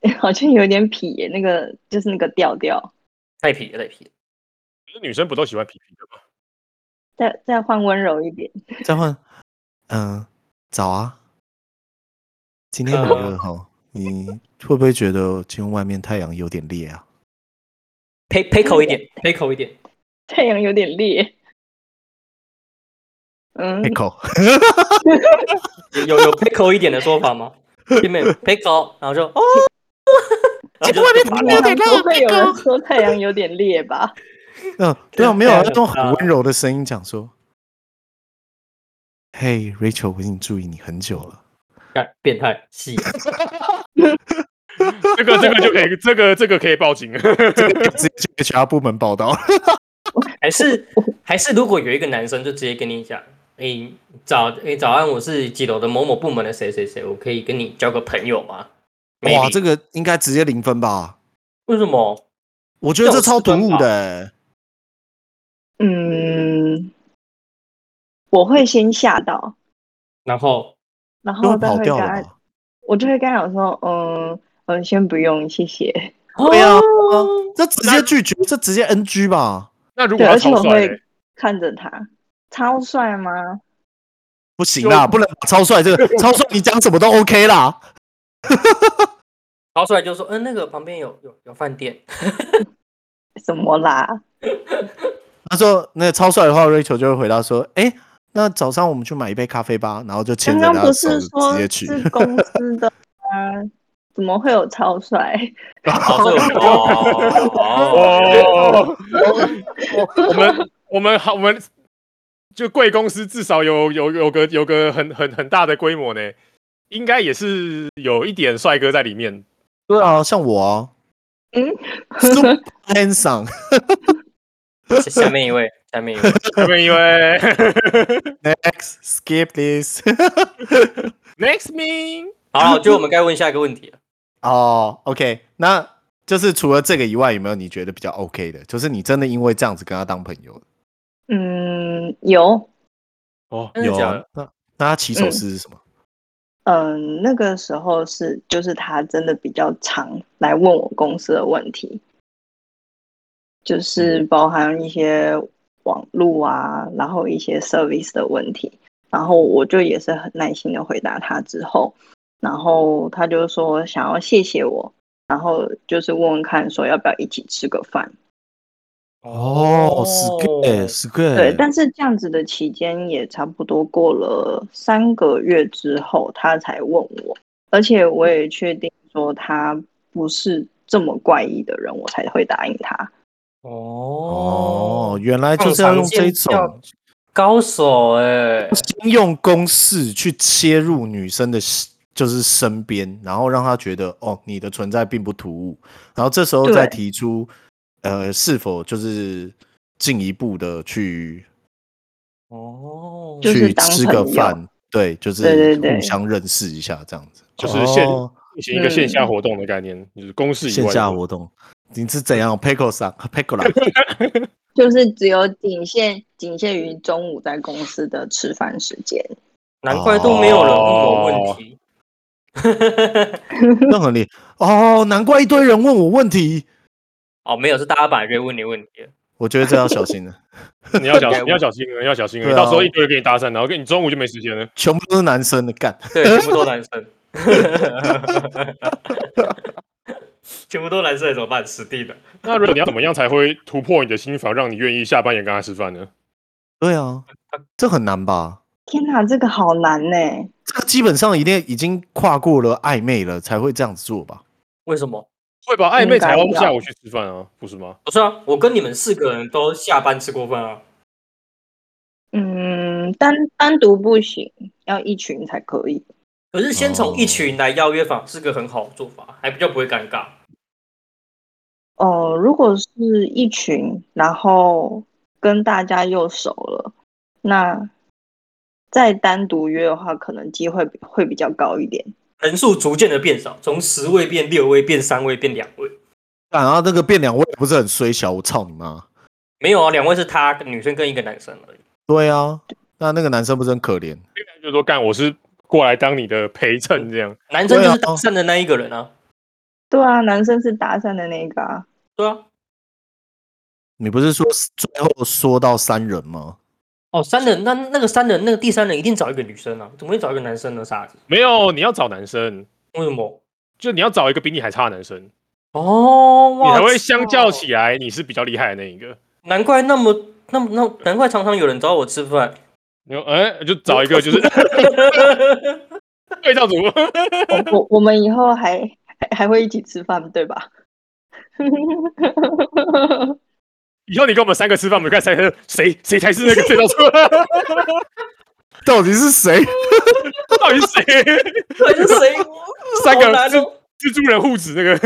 Speaker 2: 耶
Speaker 4: 好像有点痞耶、那个就是那个调调。
Speaker 2: 太皮了，太皮了。
Speaker 3: 女生不都喜欢皮皮的吗？
Speaker 4: 再再换温柔一点，
Speaker 1: 再换，嗯、早啊！今天很热哦，你会不会觉得今天外面太阳有点烈啊？
Speaker 2: 呸呸口一点，呸口一点。
Speaker 4: 太阳有点烈。嗯
Speaker 1: 配，口，
Speaker 2: 有有有呸口一点的说法吗？前面呸口，然后就哦，然后就
Speaker 1: 外面
Speaker 2: 打
Speaker 1: 怎么
Speaker 2: 了
Speaker 1: 有点热
Speaker 4: 不会有
Speaker 1: 那
Speaker 4: 人
Speaker 1: 个
Speaker 4: 说太阳有点烈吧？
Speaker 1: 嗯，对啊，没有啊，
Speaker 2: 太阳
Speaker 1: 用
Speaker 2: 很大
Speaker 1: 很温柔的声音讲说：“嘿，Rachel，我已经注意你很久了。
Speaker 2: 干变态戏，
Speaker 3: 这个这个就可以，这个这个可以报警。
Speaker 1: 直接去 HR 部门报道。
Speaker 2: 还是还是如果有一个男生就直接跟你讲，哎、早哎、早安，我是几楼的某某部门的谁谁谁，我可以跟你交个朋友吗？
Speaker 1: 哇，
Speaker 2: Maybe
Speaker 1: 这个应该直接零分吧？
Speaker 2: 为什么？
Speaker 1: 我觉得这
Speaker 2: 这
Speaker 1: 超
Speaker 2: 种
Speaker 1: 突
Speaker 2: 是分
Speaker 1: 兀
Speaker 2: 吧
Speaker 1: 的、欸。
Speaker 4: 嗯，我会先吓到，
Speaker 2: 然后
Speaker 4: 然
Speaker 1: 就会
Speaker 4: 后
Speaker 1: 欸
Speaker 4: 再
Speaker 1: 跑
Speaker 4: 哦会
Speaker 1: 掉
Speaker 4: 跟
Speaker 1: 了
Speaker 4: 他
Speaker 1: 吧？
Speaker 4: 我就会跟他讲说，嗯嗯，先不用，谢谢。
Speaker 1: 对啊
Speaker 2: 哦
Speaker 1: 这直接拒绝，这直接 NG 吧？
Speaker 3: 那如果
Speaker 4: 对，
Speaker 3: 他
Speaker 4: 而且
Speaker 3: 超
Speaker 4: 我
Speaker 3: 帅嘞、
Speaker 4: 会看着他，超帅吗？
Speaker 1: 不行啦，
Speaker 3: 就
Speaker 1: 不能把超帅这个超帅，你讲什么都 OK 啦。
Speaker 2: 跑出来就说，嗯、那个旁边有有有饭店，
Speaker 4: 什么啦？
Speaker 1: 他说那个超帅的话，Rachel 就会回答说：“哎、那早上我们去买一杯咖啡吧。”然后就牵
Speaker 4: 刚
Speaker 1: 着
Speaker 4: 刚
Speaker 1: 他
Speaker 4: 不
Speaker 1: 的手
Speaker 4: 是说
Speaker 1: 直接去。
Speaker 4: 是公司的吗？怎么会有超帅？
Speaker 2: 哦，这个哦哦，
Speaker 3: 哦，我们我们好，我们就贵公司至少有有有个有个很很很大的规模呢，应该也是有一点帅哥在里 面。
Speaker 1: 对啊，像我啊
Speaker 4: 嗯，
Speaker 1: ，super handsome，
Speaker 2: 哦下面一位，下面一位，
Speaker 3: 因为因 为
Speaker 1: next skip this，
Speaker 3: next me
Speaker 2: 好了，我觉得我们该问下一个问题了。
Speaker 1: 哦、o k 那就是除了这个以外，有没有你觉得比较 OK 的？就是你真的因为这样子跟他当朋友的？
Speaker 4: 嗯，有，
Speaker 3: 哦，
Speaker 2: 真的
Speaker 1: 有
Speaker 2: 假
Speaker 1: 啊
Speaker 2: 的？，
Speaker 1: 那那他起手式是什么？
Speaker 4: 嗯，那个时候是就是他真的比较常来问我公司的问题，就是包含一些网络啊，然后一些 service 的问题，然后我就也是很耐心的回答他之后，然后他就说想要谢谢我，然后就是问问看说要不要一起吃个饭，
Speaker 1: 哦，skip skip，
Speaker 4: 对，但是这样子的期间也差不多过了三个月之后，他才问我，而且我也确定说他不是这么怪异的人，我才会答应他。
Speaker 1: 哦，，原来就是要用这种
Speaker 2: 高手哎、
Speaker 1: 先用公式去切入女生的心，就是身边，然后让她觉得哦，你的存在并不突兀，然后这时候再
Speaker 4: 对
Speaker 1: 提出，呃，是否就是进一步的去
Speaker 2: 哦，
Speaker 4: 就是
Speaker 1: 去
Speaker 4: 当
Speaker 1: 吃个
Speaker 4: 朋友
Speaker 1: 饭，对，就
Speaker 4: 对
Speaker 1: 是
Speaker 4: 对对
Speaker 1: 互相认识一下这样子，
Speaker 3: 就是线
Speaker 1: 哦
Speaker 3: 进行一个线下
Speaker 4: 嗯
Speaker 3: 活动的概念，就是公示以
Speaker 1: 线
Speaker 3: 外
Speaker 1: 下
Speaker 3: 的
Speaker 1: 活动。你是怎样 p i c k l e 上 p i c k l e 啦？
Speaker 4: 就是只有仅限仅限于中午在公司的吃饭时间。
Speaker 2: 难怪都没有人问我问题。
Speaker 1: 任何你哦，难怪一堆人问我问题，
Speaker 2: 哦，没有，是大家本来就会问你问题了。
Speaker 1: 我觉得这要小心了，
Speaker 3: 你要小
Speaker 2: 该
Speaker 1: 啊
Speaker 3: 心，你要小心了，你要小心了，
Speaker 1: 对啊
Speaker 3: 到时候一堆人给你搭讪，然后跟你中午就没时间了。
Speaker 1: 全部都是男生的干。
Speaker 2: 对，全部都男生，全部都男生怎么办？死定了！
Speaker 3: 那如果你要怎么样才会突破你的心房，让你愿意下半夜跟他吃饭呢？
Speaker 1: 对啊，这很难吧？
Speaker 4: 天哪，这个好难呢、
Speaker 1: 这个基本上一定已经跨过了暧昧了，才会这样子做吧？
Speaker 2: 为什么？
Speaker 3: 会吧，暧昧
Speaker 4: 应该
Speaker 3: 才要
Speaker 4: 要
Speaker 3: 下午去吃饭啊，不是吗？
Speaker 2: 不是啊，我跟你们四个人都下班吃过饭啊。
Speaker 4: 嗯，单单独不行，要一群才可以。
Speaker 2: 可是先从一
Speaker 1: 哦
Speaker 2: 群来邀约访是个很好的做法，还比较不会尴尬。
Speaker 4: 哦、如果是一群，然后跟大家又熟了，那再单独约的话，可能机会比会比较高一点。
Speaker 2: 人数逐渐的变少，从十位变六位，变三位，变两位。
Speaker 1: 然啊后那个变两位不是很衰小，我操你妈！
Speaker 2: 没有啊，两位是他女生跟一个男生而已。
Speaker 1: 对啊，那那个男生不是很可怜？
Speaker 3: 就是说，干我是过来当你的陪衬这样。
Speaker 2: 男生
Speaker 1: 对
Speaker 2: 就
Speaker 1: 啊
Speaker 2: 是
Speaker 3: 哦
Speaker 2: 搭讪的那一个人啊，
Speaker 4: 对啊，男生是搭讪的那个啊。
Speaker 2: 对啊。
Speaker 1: 你不是说最后说到三人吗？
Speaker 2: 哦，三人，那那个三人，那个第三人一定找一个女生啊，怎么会找一个男生呢？傻子，
Speaker 3: 没有，你要找男生，
Speaker 2: 为什么？
Speaker 3: 就你要找一个比你还差的男生，
Speaker 2: 哦，
Speaker 3: 你
Speaker 2: 哇，哦
Speaker 3: 才会相较起来你是比较厉害的那一个。
Speaker 2: 难怪那么那么那难怪常常有人找我吃饭。
Speaker 3: 你说，哎、就找一个就是对照组，
Speaker 4: 我我我们以后还还还会一起吃饭，对吧？
Speaker 3: 以后你跟我们三个吃饭，我们就看猜猜谁谁才是那个对照组，
Speaker 1: 到底是谁？
Speaker 3: 到底是谁？
Speaker 2: 到底是谁？
Speaker 3: 三个
Speaker 2: 好难
Speaker 3: 蜘
Speaker 2: 哦
Speaker 3: 蜘蛛人护指那个，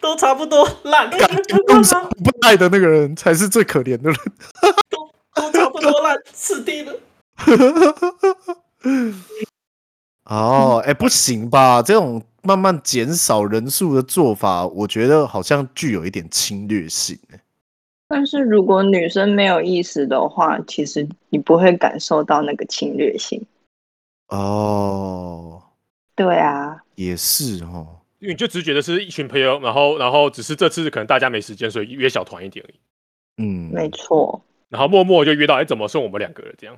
Speaker 2: 都差不多烂，啊都
Speaker 1: 路上不爱的那个人才是最可怜的人。
Speaker 2: 差不多烂，次第的。
Speaker 1: 哦，哎、不行吧？这种慢慢减少人数的做法，我觉得好像具有一点侵略性、欸。
Speaker 4: 但是如果女生没有意思的话，其实你不会感受到那个侵略性。
Speaker 1: 哦，
Speaker 4: 对啊，
Speaker 1: 也是哦。
Speaker 3: 因为你就只觉得是一群朋友，然后然后只是这次可能大家没时间，所以约小团一点而已。
Speaker 1: 嗯，
Speaker 4: 没错。
Speaker 3: 然后默默就约到，哎、怎么剩我们两个了？这样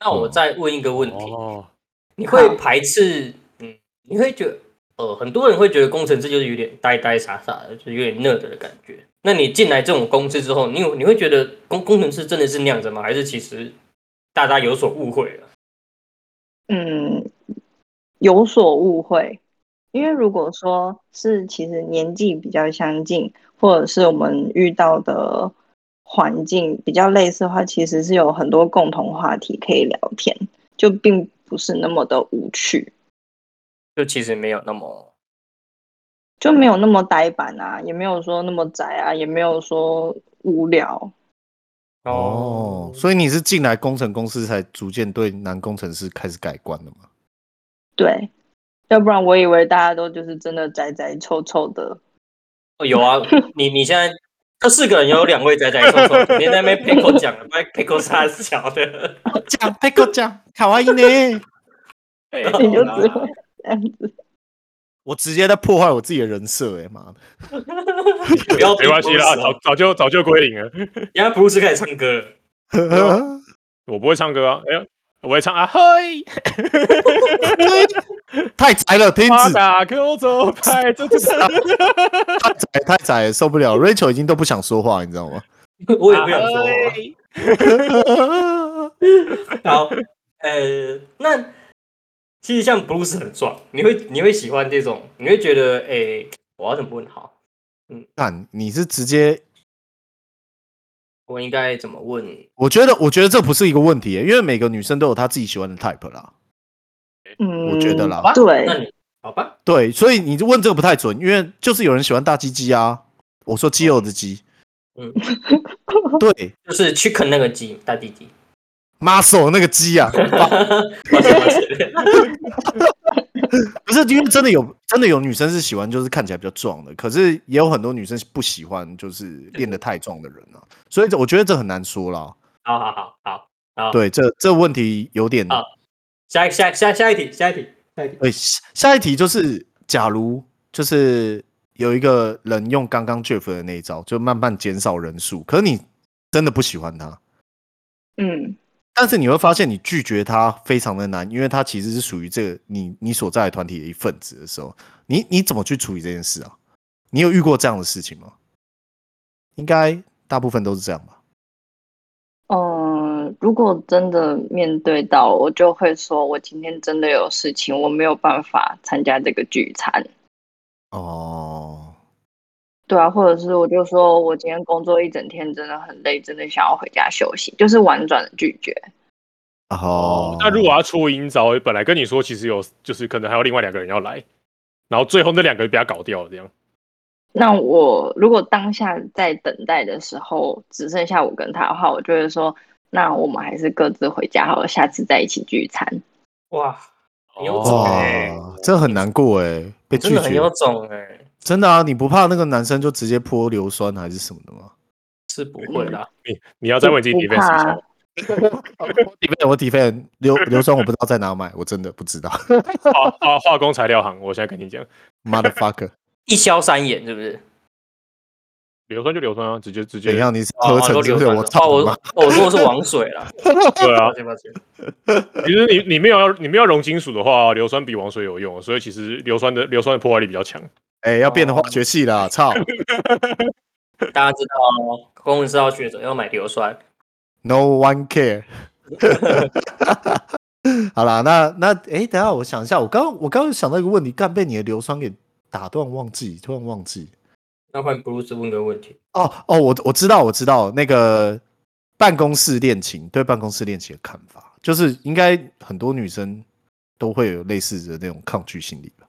Speaker 2: 那我再问一个问题，
Speaker 3: 哦，
Speaker 2: 你会排斥？嗯，你会觉得呃，很多人会觉得工程师就是有点呆呆傻傻的，就是有点 nerd 的感觉。那你进来这种公司之后，你有你会觉得工工程师真的是那样子吗？还是其实大家有所误会了？
Speaker 4: 嗯，有所误会，因为如果说是其实年纪比较相近，或者是我们遇到的环境比较类似的话，其实是有很多共同话题可以聊天，就并不是那么的无趣，
Speaker 2: 就其实没有那么
Speaker 4: 就没有那么呆板啊，也没有说那么宅啊，也没有说无聊。
Speaker 1: 哦，所以你是进来工程公司才逐渐对男工程师开始改观的吗？
Speaker 4: 对，要不然我以为大家都就是真的宅宅臭臭的。
Speaker 2: 哦有啊，你你现在这四个人有两位仔仔臭臭的，你在那边 pickle 讲，不 pickle 啥小的，
Speaker 1: 讲 p i c 讲，卡哇伊呢？
Speaker 3: 哎
Speaker 4: 你就只会这样子，
Speaker 1: 我直接在破坏我自己的人设、欸，哎妈的！
Speaker 2: 不要
Speaker 3: 没关系啦，
Speaker 2: 哦
Speaker 3: 早早就早就归零了。
Speaker 2: 人家普鲁斯开始唱歌了，
Speaker 3: 我不会唱歌啊，哎呦，我会唱啊嘿，
Speaker 1: 太宅了，停
Speaker 3: 他
Speaker 1: 止！
Speaker 3: 打勾走拍，这这
Speaker 2: 啊
Speaker 3: 这，
Speaker 1: 太宅太宅了，受不 了！Rachel 已经都不想说话，你知道吗？
Speaker 2: 我也不想说。啊
Speaker 3: 嘿
Speaker 2: 好，呃，那其实像 blues 很壮，你会你会喜欢这种，你会觉得，哎、我要怎么问好？
Speaker 1: 看，你是直接，
Speaker 2: 我应该怎么问？
Speaker 1: 我觉得，我觉得这不是一个问题欸、因为每个女生都有她自己喜欢的 type 啦。
Speaker 4: 嗯，
Speaker 1: 我觉得啦
Speaker 2: 好吧，
Speaker 4: 对
Speaker 2: 那，你好吧，
Speaker 1: 对，所以你问这个不太准，因为就是有人喜欢大鸡鸡啊。我说肌肉的鸡，
Speaker 2: 嗯，
Speaker 1: 对
Speaker 2: 就是 chicken 那个鸡 大弟弟，
Speaker 1: ，muscle 那个鸡啊，
Speaker 2: 抱歉抱歉
Speaker 1: 不是因为真的有真的有女生是喜欢就是看起来比较壮的，可是也有很多女生不喜欢就是练得太壮的人啊，所以这我觉得这很难说啦。
Speaker 2: 好好好好，好，
Speaker 1: 对，这这问题有点。
Speaker 2: 好下一下下下一题，下一题，下一题，
Speaker 1: 对，下下一题就是，假如就是有一个人用刚刚 Jeff 的那一招，就慢慢减少人数，可是你真的不喜欢他，
Speaker 4: 嗯，
Speaker 1: 但是你会发现你拒绝他非常的难，因为他其实是属于这个你你所在的团体的一份子的时候，你你怎么去处理这件事啊？你有遇过这样的事情吗？应该大部分都是这样吧。
Speaker 4: 嗯，如果真的面对到，我就会说，我今天真的有事情，我没有办法参加这个聚餐。
Speaker 1: 哦，
Speaker 4: 对啊，或者是我就说我今天工作一整天真的很累，真的想要回家休息，就是婉转的拒绝。
Speaker 1: 哦，
Speaker 3: 那如果要出阴招，本来跟你说其实有，就是可能还有另外两个人要来，然后最后那两个人被他搞掉了，这样。
Speaker 4: 那我如果当下在等待的时候只剩下我跟他的话，我就会说，那我们还是各自回家好了，下次再一起聚餐。
Speaker 2: 哇，很有种
Speaker 3: 哦
Speaker 1: 哇
Speaker 2: 哎、，
Speaker 1: 哦这很难过哎、被拒
Speaker 2: 你真
Speaker 1: 绝
Speaker 2: 的很有种哎、
Speaker 1: 真的啊，你不怕那个男生就直接泼硫酸还是什么的 吗？
Speaker 2: 是不会啦，
Speaker 3: 你你要再问自己
Speaker 4: 不
Speaker 3: d e
Speaker 4: 怕啊
Speaker 3: f
Speaker 1: 底费我底费硫硫酸我不知道在哪买，我真的不知 道。
Speaker 3: 化化化工材料行，我现在跟你讲，
Speaker 1: Motherfucker，
Speaker 2: 一消三眼是不是？
Speaker 3: 硫酸就硫酸啊，直接直接
Speaker 1: 怎。样？你是
Speaker 2: 哦
Speaker 1: 合
Speaker 2: 哦都
Speaker 1: 成是
Speaker 2: 流
Speaker 1: 不是？
Speaker 2: 传了
Speaker 1: 我操
Speaker 2: 哦，我
Speaker 1: 你妈！
Speaker 2: 哦我说的是王水啦，
Speaker 3: 对啊
Speaker 2: 抱，歉抱歉，
Speaker 3: 其实你你没有要你没有溶金属的话，硫酸比王水有用，所以其实硫酸的硫酸的破坏力比较强。
Speaker 1: 哎，要变成化学系了，操
Speaker 2: 大家知道哦，工程师要学者要买硫酸，
Speaker 1: ！No one care 。好啦，那那哎，等一下我想一下，我刚我刚刚想到一个问题，干被你的硫酸给打断，忘记，突然忘记。
Speaker 2: 那换 Bruce 问个问题，
Speaker 1: 哦哦，我我知道，我知道那个办公室恋情对办公室恋情的看法，就是应该很多女生都会有类似的那种抗拒心理吧，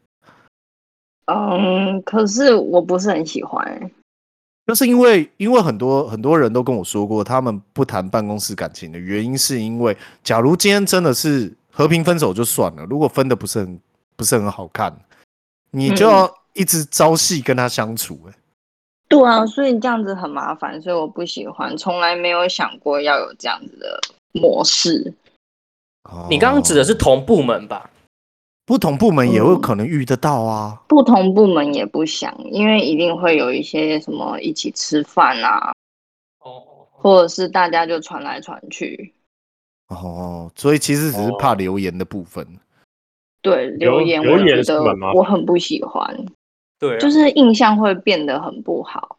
Speaker 4: 嗯，可是我不是很喜欢、欸。
Speaker 1: 就是因为因为很多很多人都跟我说过，他们不谈办公室感情的原因，是因为假如今天真的是和平分手就算了，如果分的不是很不是很好看，你就
Speaker 4: 嗯
Speaker 1: 要一直朝夕跟他相处、欸，
Speaker 4: 对啊，所以这样子很麻烦，所以我不喜欢，从来没有想过要有这样子的模式。
Speaker 2: 你刚刚指的是
Speaker 1: 哦
Speaker 2: 同部门吧？
Speaker 1: 不同部门也会
Speaker 4: 嗯
Speaker 1: 可能遇得到啊。
Speaker 4: 不同部门也不想，因为一定会有一些什么一起吃饭啊，
Speaker 2: 哦，
Speaker 4: 或者是大家就传来传去，
Speaker 1: 哦，所以其实只是怕
Speaker 3: 哦
Speaker 1: 留言的部分。
Speaker 4: 对
Speaker 3: 留
Speaker 4: 留言，
Speaker 3: 留
Speaker 4: 我觉
Speaker 3: 言是
Speaker 4: 得
Speaker 3: 蛮麻烦
Speaker 4: 我很不喜欢，
Speaker 2: 对啊，
Speaker 4: 就是印象会变得很不好。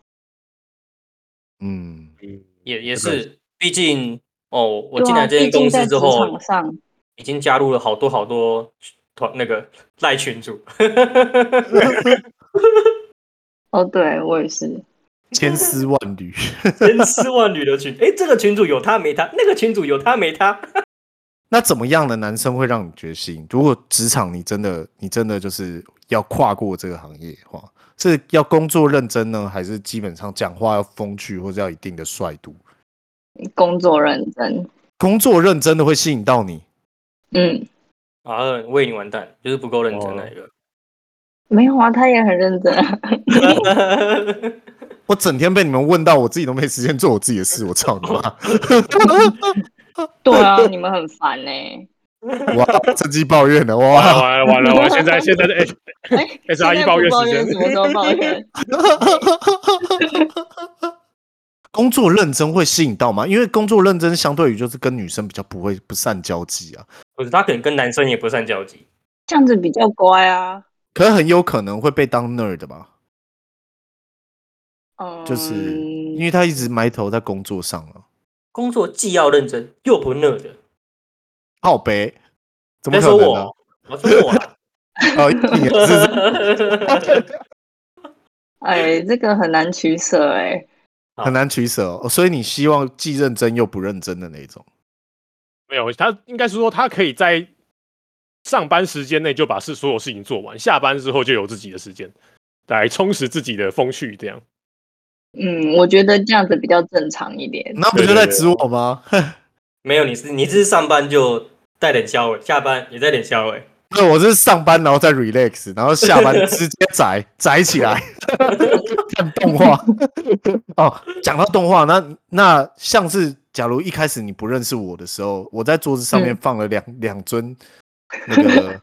Speaker 1: 嗯，
Speaker 3: 嗯，
Speaker 2: 也也
Speaker 3: 这个
Speaker 2: 是，毕竟哦，我进
Speaker 4: 对啊
Speaker 2: 来这间
Speaker 4: 毕竟
Speaker 2: 公司
Speaker 4: 在
Speaker 2: 之
Speaker 4: 职
Speaker 2: 后
Speaker 4: 场，上，
Speaker 2: 已经加入了好多好多团那个赖 群主，
Speaker 4: 哦，对我也是，
Speaker 1: 千丝万缕。
Speaker 2: 千丝万缕的群，哎，这个群主有他没他，那个群主有他没他，
Speaker 1: 那怎么样的男生会让你决心？如果职场你真的你真的就是要跨过这个行业的话，是要工作认真呢，还是基本上讲话要风趣，或者要一定的帅度？
Speaker 4: 工作认真，
Speaker 1: 工作认真的会吸引到你？
Speaker 4: 嗯，
Speaker 2: 啊，为你完蛋，就是不够认真那一个。
Speaker 4: 没有啊，他也很认真啊。
Speaker 1: 我整天被你们问到，我自己都没时间做我自己的事，我操你妈！
Speaker 4: 对啊，你们很烦欸呢、
Speaker 1: 哇，趁机抱怨了哇！
Speaker 3: 完了完了，我现在现在在
Speaker 4: 哎
Speaker 3: S R E 抱怨
Speaker 4: 现在不抱
Speaker 3: 时
Speaker 4: 怨
Speaker 3: 间
Speaker 4: 什，么时候抱怨？
Speaker 1: 工作认真会吸引到吗？因为工作认真相对于就是跟女生比较不会不善交际啊，
Speaker 2: 不是他可能跟男生也不善交际，
Speaker 4: 这样子比较乖啊。
Speaker 1: 可是很有可能会被当 nerd 吧，
Speaker 4: 嗯，
Speaker 1: 就是因为他一直埋头在工作上了、啊，
Speaker 2: 工作既要认真又不热的。
Speaker 1: 靠呗，怎么
Speaker 2: 在
Speaker 1: 可
Speaker 2: 说
Speaker 1: 能啊
Speaker 2: 我，我说我啊啦，
Speaker 1: 呢、哦，你也是
Speaker 4: 哎，这个很难取舍哎、
Speaker 1: 很难取舍哦，所以你希望既认真又不认真的那种。
Speaker 3: 没有，他应该是说他可以在上班时间内就把事所有事情做完，下班之后就有自己的时间来充实自己的风趣，这样。
Speaker 4: 嗯，我觉得这样子比较正常一点。
Speaker 1: 那不就在指我吗？
Speaker 2: 没有你是你是上班就带点消委，下班也带点消委。
Speaker 1: 对，我是上班然后再 relax，然后下班直接宅 宅起来看动画。哦，讲到动画，那那像是假如一开始你不认识我的时候，我在桌子上面放了两、两尊那个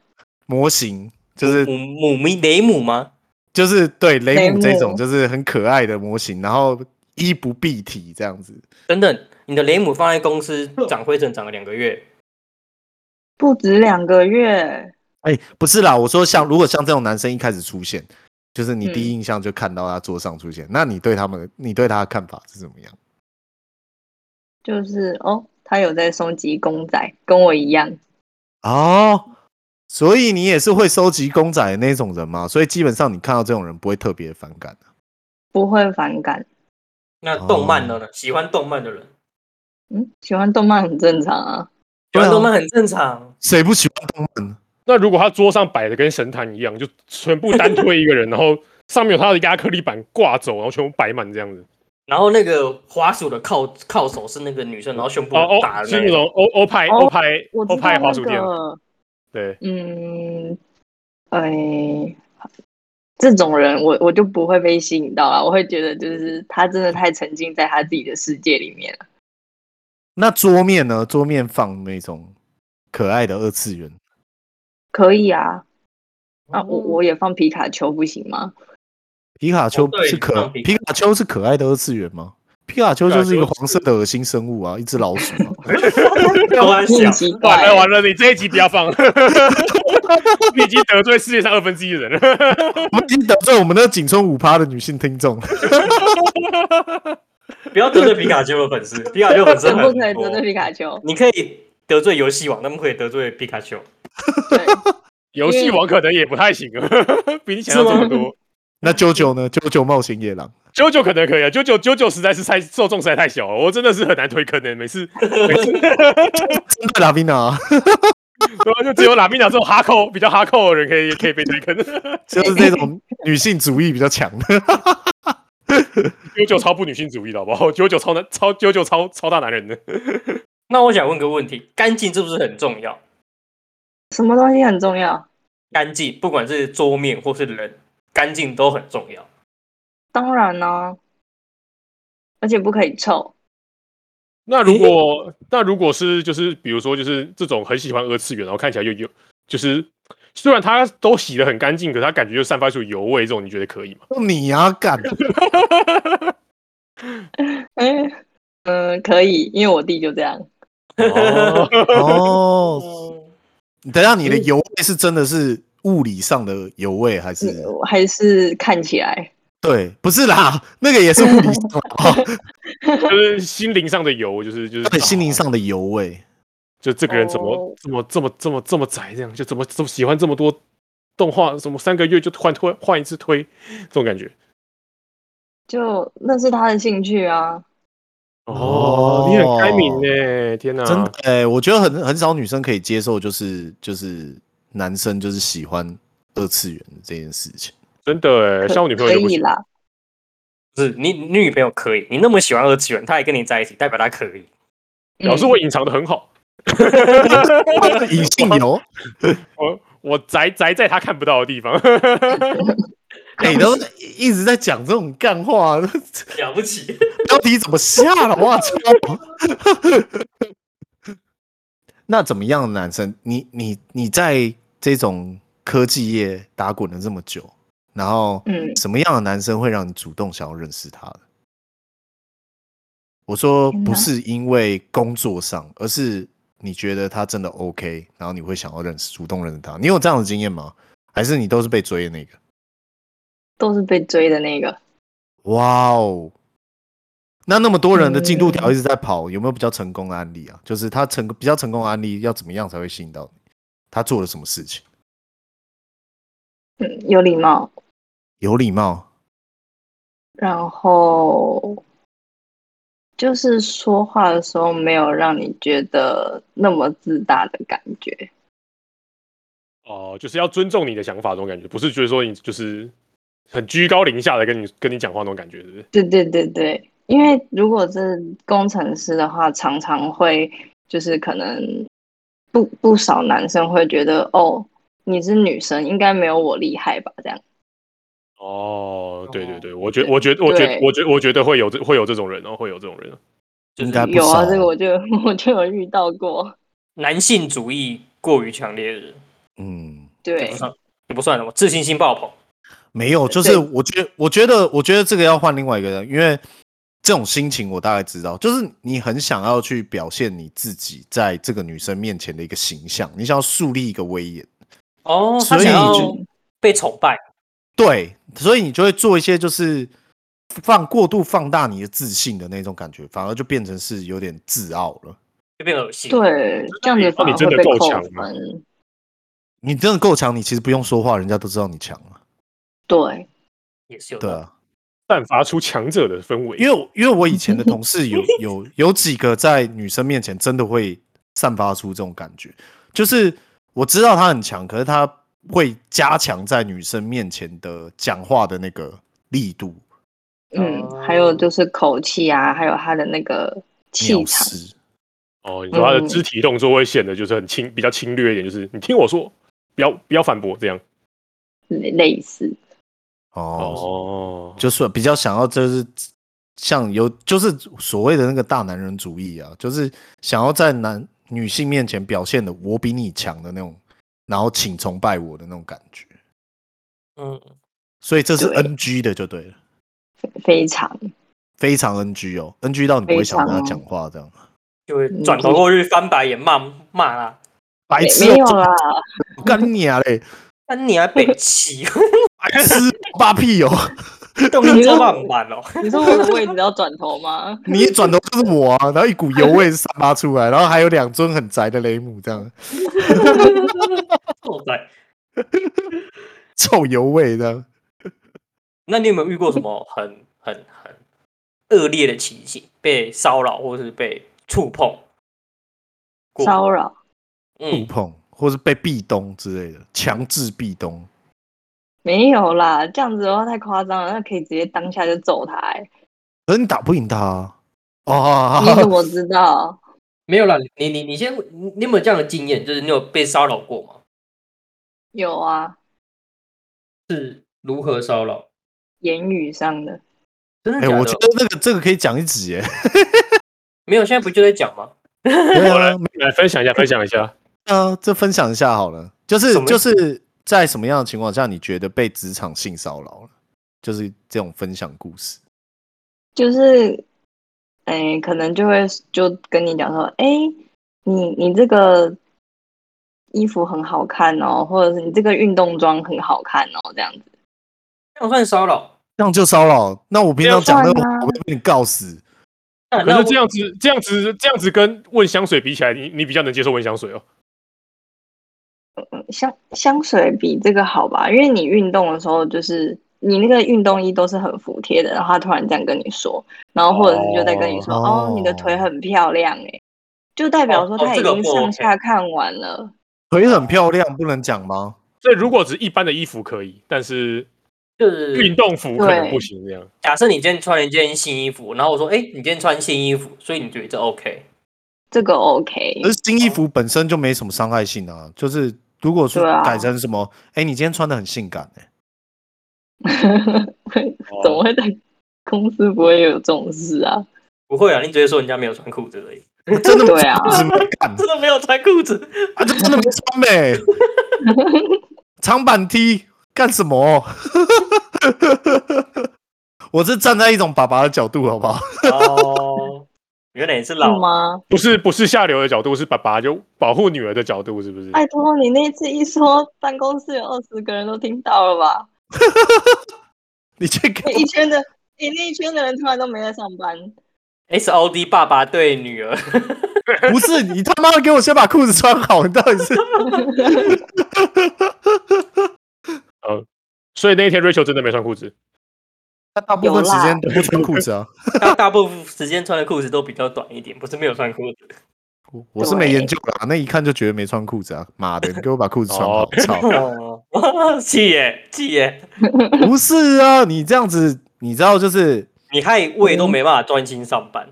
Speaker 1: 模型，就是
Speaker 2: 母母咪雷姆吗？
Speaker 1: 就是对雷
Speaker 4: 雷
Speaker 1: 姆这
Speaker 4: 姆
Speaker 1: 种就是很可爱的模型，然后衣不蔽体这样子。
Speaker 2: 等等，你的雷姆放在公司长灰尘长了两个月，
Speaker 4: 不止两个月，
Speaker 1: 哎、不是啦，我说像如果像这种男生一开始出现，就是你第一
Speaker 4: 嗯
Speaker 1: 印象就看到他桌上出现，那你对他们，你对他的看法是怎么样？
Speaker 4: 就是哦，他有在收集公仔，跟我一样。
Speaker 1: 哦，所以你也是会收集公仔的那种人吗？所以基本上你看到这种人不会特别反感啊的
Speaker 4: 不会反感，
Speaker 2: 那动漫的呢？喜欢动漫的人，
Speaker 4: 嗯，喜欢动漫很正常啊。
Speaker 2: 喜
Speaker 1: 对啊
Speaker 2: 欢动漫很正常。
Speaker 1: 谁不喜欢动漫？
Speaker 3: 那如果他桌上摆的跟神坛一样，就全部单推一个人，然后上面有他的亚克力板挂走，然后全部摆满这样子。
Speaker 2: 然后那个滑鼠的靠靠手是那个女生，然后胸部
Speaker 3: 哦
Speaker 2: 很大
Speaker 3: 哦，
Speaker 2: 的
Speaker 3: 是
Speaker 2: 那
Speaker 3: 那
Speaker 2: 种。
Speaker 3: 种欧欧派
Speaker 4: 哦
Speaker 3: 欧派
Speaker 4: 我
Speaker 3: 欧
Speaker 4: 知道
Speaker 3: 派滑
Speaker 4: 那
Speaker 3: 鼠店，
Speaker 4: 个，
Speaker 3: 对，
Speaker 4: 嗯，哎，这种人我我就不会被吸引到啊，我会觉得就是他真的太沉浸在他自己的世界里面了。
Speaker 1: 那桌面呢？桌面放那种可爱的二次元，
Speaker 4: 可以啊，啊，我我也放皮卡丘不行吗？
Speaker 1: 皮卡丘
Speaker 2: 哦对
Speaker 1: 是可
Speaker 2: 放皮卡
Speaker 1: 皮卡丘是可爱的二次元吗？皮卡丘
Speaker 3: 皮卡
Speaker 1: 就是一个
Speaker 3: 丘是
Speaker 1: 黄色的恶心生物啊，一只老鼠、啊。
Speaker 2: 都很
Speaker 4: 你
Speaker 2: 小
Speaker 4: 很奇
Speaker 3: 完
Speaker 4: 怪
Speaker 3: 了，完了， 你这一集不要放，你已经得罪世界上二分之一的人了。
Speaker 1: 我们已经得罪我们的仅存五趴的女性听众。
Speaker 2: 不要得罪皮卡丘的粉丝，皮卡丘粉丝
Speaker 4: 怎
Speaker 2: 很
Speaker 4: 么
Speaker 2: 多
Speaker 4: 不可以得罪皮卡丘？
Speaker 2: 你可以得罪游戏王，但不可以得罪皮卡丘。
Speaker 4: 对，
Speaker 3: 游戏王可能也不太行啊， 比你想象这么多。
Speaker 1: 那啾啾呢？啾啾冒险野狼，
Speaker 3: 九九可能可以啊，九九九九实在是太受众实在太小了，我真的是很难推坑的、每次每次，
Speaker 1: 针对拉啊宾娜，
Speaker 3: 然后就只有拉米娜这种哈扣比较哈扣的人可以可以被推坑，
Speaker 1: 就是那种女性主义比较强的。
Speaker 3: 九九超不女性主义的好不好？九九超男超九九超超大男人的，
Speaker 2: 那我想问个问题：干净是不是很重要？
Speaker 4: 什么东西很重要？
Speaker 2: 干净，不管是桌面或是人，干净都很重要。
Speaker 4: 当然啦、而且不可以臭。
Speaker 3: 那如果那如果是就是比如说就是这种很喜欢二次元，然后看起来又有就是虽然他都洗的很干净，可是他感觉就散发出油味，这种你觉得可以吗？
Speaker 1: 你呀、干，
Speaker 4: 嗯、嗯，可以，因为我弟就这样。
Speaker 3: 哦，
Speaker 1: 哦，等一下你的油味是真的是物理上的油味还是？
Speaker 4: 嗯还是看起来，
Speaker 1: 对，不是啦，那个也是物理 上的，哦
Speaker 3: 就是心灵上的油，就是就是
Speaker 1: 对，心灵上的油味。
Speaker 3: 就这个人怎么、
Speaker 4: 哦
Speaker 3: 怎么这么这么这么宅，这样就怎么怎么喜欢这么多动画，什么三个月就换推换一次推，这种感觉。
Speaker 4: 就那是他的兴趣啊。
Speaker 3: 哦，你很开明呢，天哪！
Speaker 1: 真的，哎、我觉得很很少女生可以接受，就是就是男生就是喜欢二次元的这件事情。
Speaker 3: 真的哎，像我女朋友
Speaker 4: 可
Speaker 3: 就不
Speaker 4: 以
Speaker 3: 行。
Speaker 4: 啦，
Speaker 2: 不是你你女朋友可以，你那么喜欢二次元，她还跟你在一起，代表她可以。
Speaker 3: 表示
Speaker 4: 嗯
Speaker 3: 我隐藏的很好，
Speaker 1: 隐性游，
Speaker 3: 我我宅宅在他看不到的地方。
Speaker 1: 哎、你都一直在讲这种干话，
Speaker 2: 了不起，
Speaker 1: 到底怎么下的？我操！ 那怎么样的男生？你你你在这种科技业打滚了这么久，然后
Speaker 4: 嗯
Speaker 1: 什么样的男生会让你主动想要认识他的？我说
Speaker 4: 天
Speaker 1: 不
Speaker 4: 哪
Speaker 1: 是因为工作上，而是你觉得他真的 OK，然后你会想要认识，主动认识他。你有这样的经验吗？还是你都是被追的那个？
Speaker 4: 都是被追的那个。
Speaker 1: 哇哦！那那么多人的进度条
Speaker 4: 嗯
Speaker 1: 一直在跑，有没有比较成功的案例啊？就是他成比较成功的案例，要怎么样才会吸引到你？他做了什么事情？
Speaker 4: 嗯，有礼貌，
Speaker 1: 有礼貌，
Speaker 4: 然后就是说话的时候没有让你觉得那么自大的感觉。
Speaker 3: 哦，就是要尊重你的想法，这种感觉，不是觉得说你就是很居高临下的跟你跟你讲话那种感觉，是不是？
Speaker 4: 对对对对，因为如果是工程师的话，常常会就是可能不不少男生会觉得哦，你是女生，应该没有我厉害吧？这样。
Speaker 3: 哦，对对
Speaker 1: 哦
Speaker 3: 对，我觉我觉得我觉得
Speaker 4: 对
Speaker 3: 我觉得我觉得会有这会有这种人哦，会有这种人哦。
Speaker 2: 就
Speaker 1: 应
Speaker 2: 是
Speaker 1: 该不
Speaker 4: 有
Speaker 1: 少
Speaker 4: 啊，这个我就 我就有遇到过，
Speaker 2: 男性主义过于强烈的人，
Speaker 1: 嗯，
Speaker 2: 这
Speaker 4: 对
Speaker 2: 不，算，这不算什么自信心爆棚。
Speaker 1: 没有，就是
Speaker 4: 对
Speaker 1: 我觉得，我觉得，我觉得这个要换另外一个人，因为这种心情我大概知道，就是你很想要去表现你自己在这个女生面前的一个形象，你想要树立一个威严。
Speaker 2: 哦，
Speaker 1: 所
Speaker 2: 他
Speaker 1: 以
Speaker 2: 想要
Speaker 1: 就
Speaker 2: 被崇拜，
Speaker 1: 对，所以你就会做一些就是放过度放大你的自信的那种感觉，反而就变成是有点自傲了。
Speaker 2: 就变恶心。，
Speaker 4: 对，这样
Speaker 3: 你
Speaker 4: 子
Speaker 3: 说
Speaker 4: 反
Speaker 3: 你
Speaker 4: 而
Speaker 3: 真的
Speaker 4: 会被
Speaker 3: 够
Speaker 4: 扣
Speaker 3: 强吗
Speaker 4: 分。
Speaker 1: 你真的够强，你其实不用说话，人家都知道你强了。
Speaker 4: 对，
Speaker 2: 也是有
Speaker 1: 对
Speaker 2: 的。
Speaker 1: 啊，
Speaker 3: 散发出强者的氛围，
Speaker 1: 因为我因为我以 前的同事有有有几个在女生面前真的会散发出这种感觉，就是我知道他很强，可是他会加强在女生面前的讲话的那个力度、
Speaker 4: 嗯，还有就是口气啊，还有他的那个气
Speaker 1: 藐
Speaker 4: 场，
Speaker 1: 视。
Speaker 3: 哦，你说他的
Speaker 4: 嗯
Speaker 3: 肢体动作会显得就是很侵比较侵略一点，就是你听我说，不要不要反驳这样。
Speaker 4: 类类似，
Speaker 1: 哦，
Speaker 3: 哦，
Speaker 1: 就是比较想要就是像有就是所谓的那个大男人主义啊，就是想要在男女性面前表现的我比你强的那种，然后请崇拜我的那种感觉，
Speaker 2: 嗯，
Speaker 1: 所以这是
Speaker 4: 对
Speaker 1: NG 的就对了，
Speaker 4: 非常
Speaker 1: 非常 NG 哦，NG 到你不会想跟他讲话这样，
Speaker 2: 就会转头过去翻白眼骂骂啦，
Speaker 1: 白
Speaker 4: 没
Speaker 1: 痴、
Speaker 4: 没有 啊啦，
Speaker 1: 我干你啊嘞，
Speaker 2: 那你还被 气，
Speaker 1: 白痴八屁哦，？
Speaker 2: 动力这么慢 哦。
Speaker 4: 你说我的位置要转头吗
Speaker 1: 你一转头就是我啊，然后一股油味散发出来，然后还有两尊很宅的雷姆这样，
Speaker 2: 对，
Speaker 1: 臭油味这样。
Speaker 2: 那你有没有遇过什么很很很恶劣的情形？被骚扰或是被触碰过？
Speaker 4: 骚扰，
Speaker 1: 触
Speaker 2: 嗯，
Speaker 1: 碰，或是被壁咚之类的，强制壁咚。
Speaker 4: 没有啦，这样子的话太夸张了，那可以直接当下就揍他、欸。
Speaker 1: 可是你打不赢他啊、哦
Speaker 4: 你怎么知道？
Speaker 2: 没有啦，你你你先，你你有没有这样的经验？就是你有被骚扰过吗？
Speaker 4: 有啊，
Speaker 2: 是如何骚扰？
Speaker 4: 言语上的，
Speaker 2: 真的
Speaker 1: 哎、
Speaker 2: 假的？
Speaker 1: 我觉得那个这个可以讲一集耶。
Speaker 2: 没有，现在不就在讲吗？
Speaker 1: 对
Speaker 3: 好嘞
Speaker 1: 啊，没
Speaker 3: 来分享一下，分享一下。
Speaker 1: 啊，这分享一下好了，就是
Speaker 2: 什么
Speaker 1: 就是在什么样的情况下你觉得被职场性骚扰了？就是这种分享故事。
Speaker 4: 就是，哎、可能就会就跟你讲说，哎、你你这个衣服很好看哦，或者是你这个运动装很好看哦，这样子。
Speaker 2: 这样算骚扰？
Speaker 1: 这样就骚扰，那我平常讲那
Speaker 4: 这
Speaker 1: 个
Speaker 4: 样算
Speaker 1: 我会被你告死。
Speaker 2: 那
Speaker 3: 可
Speaker 2: 那
Speaker 3: 是这样子，这样子，这样子跟问香水比起来，你你比较能接受问香水哦。
Speaker 4: 嗯香香水比这个好吧，因为你运动的时候就是你那个运动衣都是很服帖的，然后他突然这样跟你说，然后或者是就在跟你说，
Speaker 1: 哦
Speaker 4: 哦，你的腿很漂亮哎，就代表说
Speaker 2: 哦哦
Speaker 4: 他已
Speaker 2: 这个
Speaker 4: 经
Speaker 2: 不
Speaker 4: 上
Speaker 2: OK
Speaker 4: 下看完了。
Speaker 1: 腿很漂亮，不能讲吗？
Speaker 3: 所以如果只是一般的衣服可以，但是
Speaker 2: 就是
Speaker 3: 运动服可能不行这样。
Speaker 2: 假设你今天穿了一件新衣服，然后我说，哎、你今天穿新衣服，所以你觉得这 OK？
Speaker 4: 这个 OK，
Speaker 1: 而新衣服本身就没什么伤害性啊，就是如果说
Speaker 4: 对啊
Speaker 1: 改成什么，哎、你今天穿的很性感、欸，
Speaker 4: 怎 么会在公司不会有这种事啊？
Speaker 2: 不会啊，你直接说人家没有穿裤子而已，
Speaker 1: 真的
Speaker 4: 对啊
Speaker 1: 怎么敢
Speaker 2: 真的没有穿裤子，
Speaker 1: 啊？这真的没穿呗、长版 T 干什么？我是站在一种爸爸的角度，好不好？
Speaker 2: 哦，原来你是
Speaker 4: 是
Speaker 2: 老
Speaker 4: 吗？
Speaker 3: 不是不是下流的角度，是爸爸就保护女儿的角度，是不是？
Speaker 4: 拜托，你那次一说，办公室有二十个人都听到了吧？
Speaker 1: 你去看
Speaker 4: 那一圈的，你那一圈的人突然都没在上班，哦
Speaker 2: S O D 爸爸对女儿，
Speaker 1: 不是你他妈给我先把裤子穿好，你到底 是？
Speaker 3: 所以那一天 Rachel 真的没穿裤子，
Speaker 1: 他大部分时间都不穿裤子啊，
Speaker 2: 他大部分时间穿的裤子都比较短一点，不是没有穿裤子。
Speaker 1: 我我是没研究啦，那一看就觉得没穿裤子啊！妈的，你给我把裤子穿好
Speaker 3: 哦，
Speaker 1: 操！
Speaker 2: 哦， 气耶气耶！
Speaker 1: 不是啊，你这样子，你知道就是
Speaker 2: 你害胃都没办法专心上班，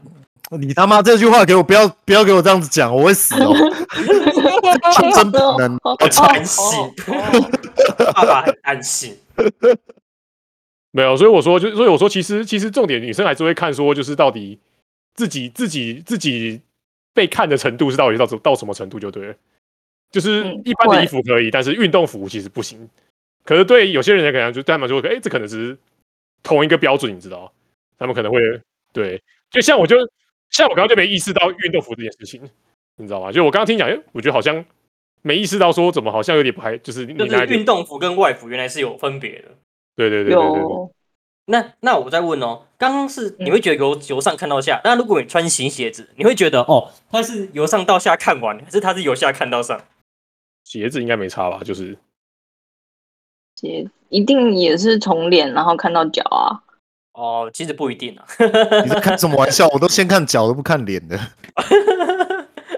Speaker 1: 你他妈这句话给我不要不要给我这样子讲，我会死哦！真不能，
Speaker 2: 哦
Speaker 4: 我
Speaker 1: 我操！
Speaker 2: 担
Speaker 4: 哦
Speaker 2: 心，爸爸很 担心。
Speaker 3: 没有。所以我说，就所以我说，其实其实重点女生还是会看说，就是到底自己自己自己被看的程度是到底到什到什么程度就对了。就是
Speaker 4: 嗯
Speaker 3: 一般的
Speaker 4: 会
Speaker 3: 衣服可以，但是运动服其实不行。可是对有些人可能就他们就会，哎、这可能只是同一个标准，你知道？他们可能会对，就像我就像我刚刚就没意识到运动服这件事情，你知道吗？就我刚刚听讲，哎，我觉得好像没意识到说怎么好像有点不还，就是你那
Speaker 2: 就是
Speaker 3: 一点
Speaker 2: 运动服跟外服原来是有分别的。
Speaker 3: 对对对对对对，
Speaker 4: 有
Speaker 2: 那那我再问哦，刚刚是
Speaker 1: 嗯
Speaker 2: 你会觉得由由上看到下，那如果你穿新鞋子，你会觉得哦，它是由上到下看完，还是它是由下看到上？
Speaker 3: 鞋子应该没差吧？就是
Speaker 4: 也一定也是从脸然后看到脚啊。
Speaker 2: 哦，其实不一定啊。
Speaker 1: 你在开什么玩笑？我都先看脚，都不看脸的。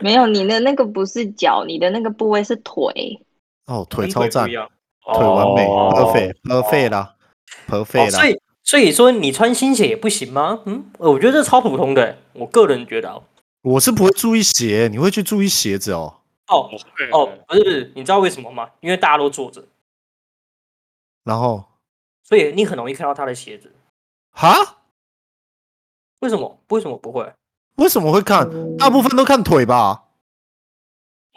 Speaker 4: 没有，你的那个不是脚，你的那个部位是腿。
Speaker 1: 哦，腿超赞
Speaker 2: 不一，样
Speaker 1: 腿完美
Speaker 3: 哦
Speaker 1: ，perfect，perfect 啦
Speaker 2: 哦，
Speaker 1: ，perfect
Speaker 2: 所
Speaker 1: 啦。
Speaker 2: 以所以说你穿新鞋也不行吗？嗯，呃我觉得这超普通的欸，我个人觉得哦
Speaker 1: 我是不会注意鞋，你会去注意鞋子哦？
Speaker 2: 哦
Speaker 3: 对
Speaker 2: 哦，不是不是，你知道为什么吗？因为大家都坐着，
Speaker 1: 然后
Speaker 2: 所以你很容易看到他的鞋子。
Speaker 1: 哈，
Speaker 2: 为什么？为什么不会？
Speaker 1: 为什么会
Speaker 2: 啊
Speaker 1: 看？
Speaker 4: 嗯
Speaker 1: 大部分都看腿吧？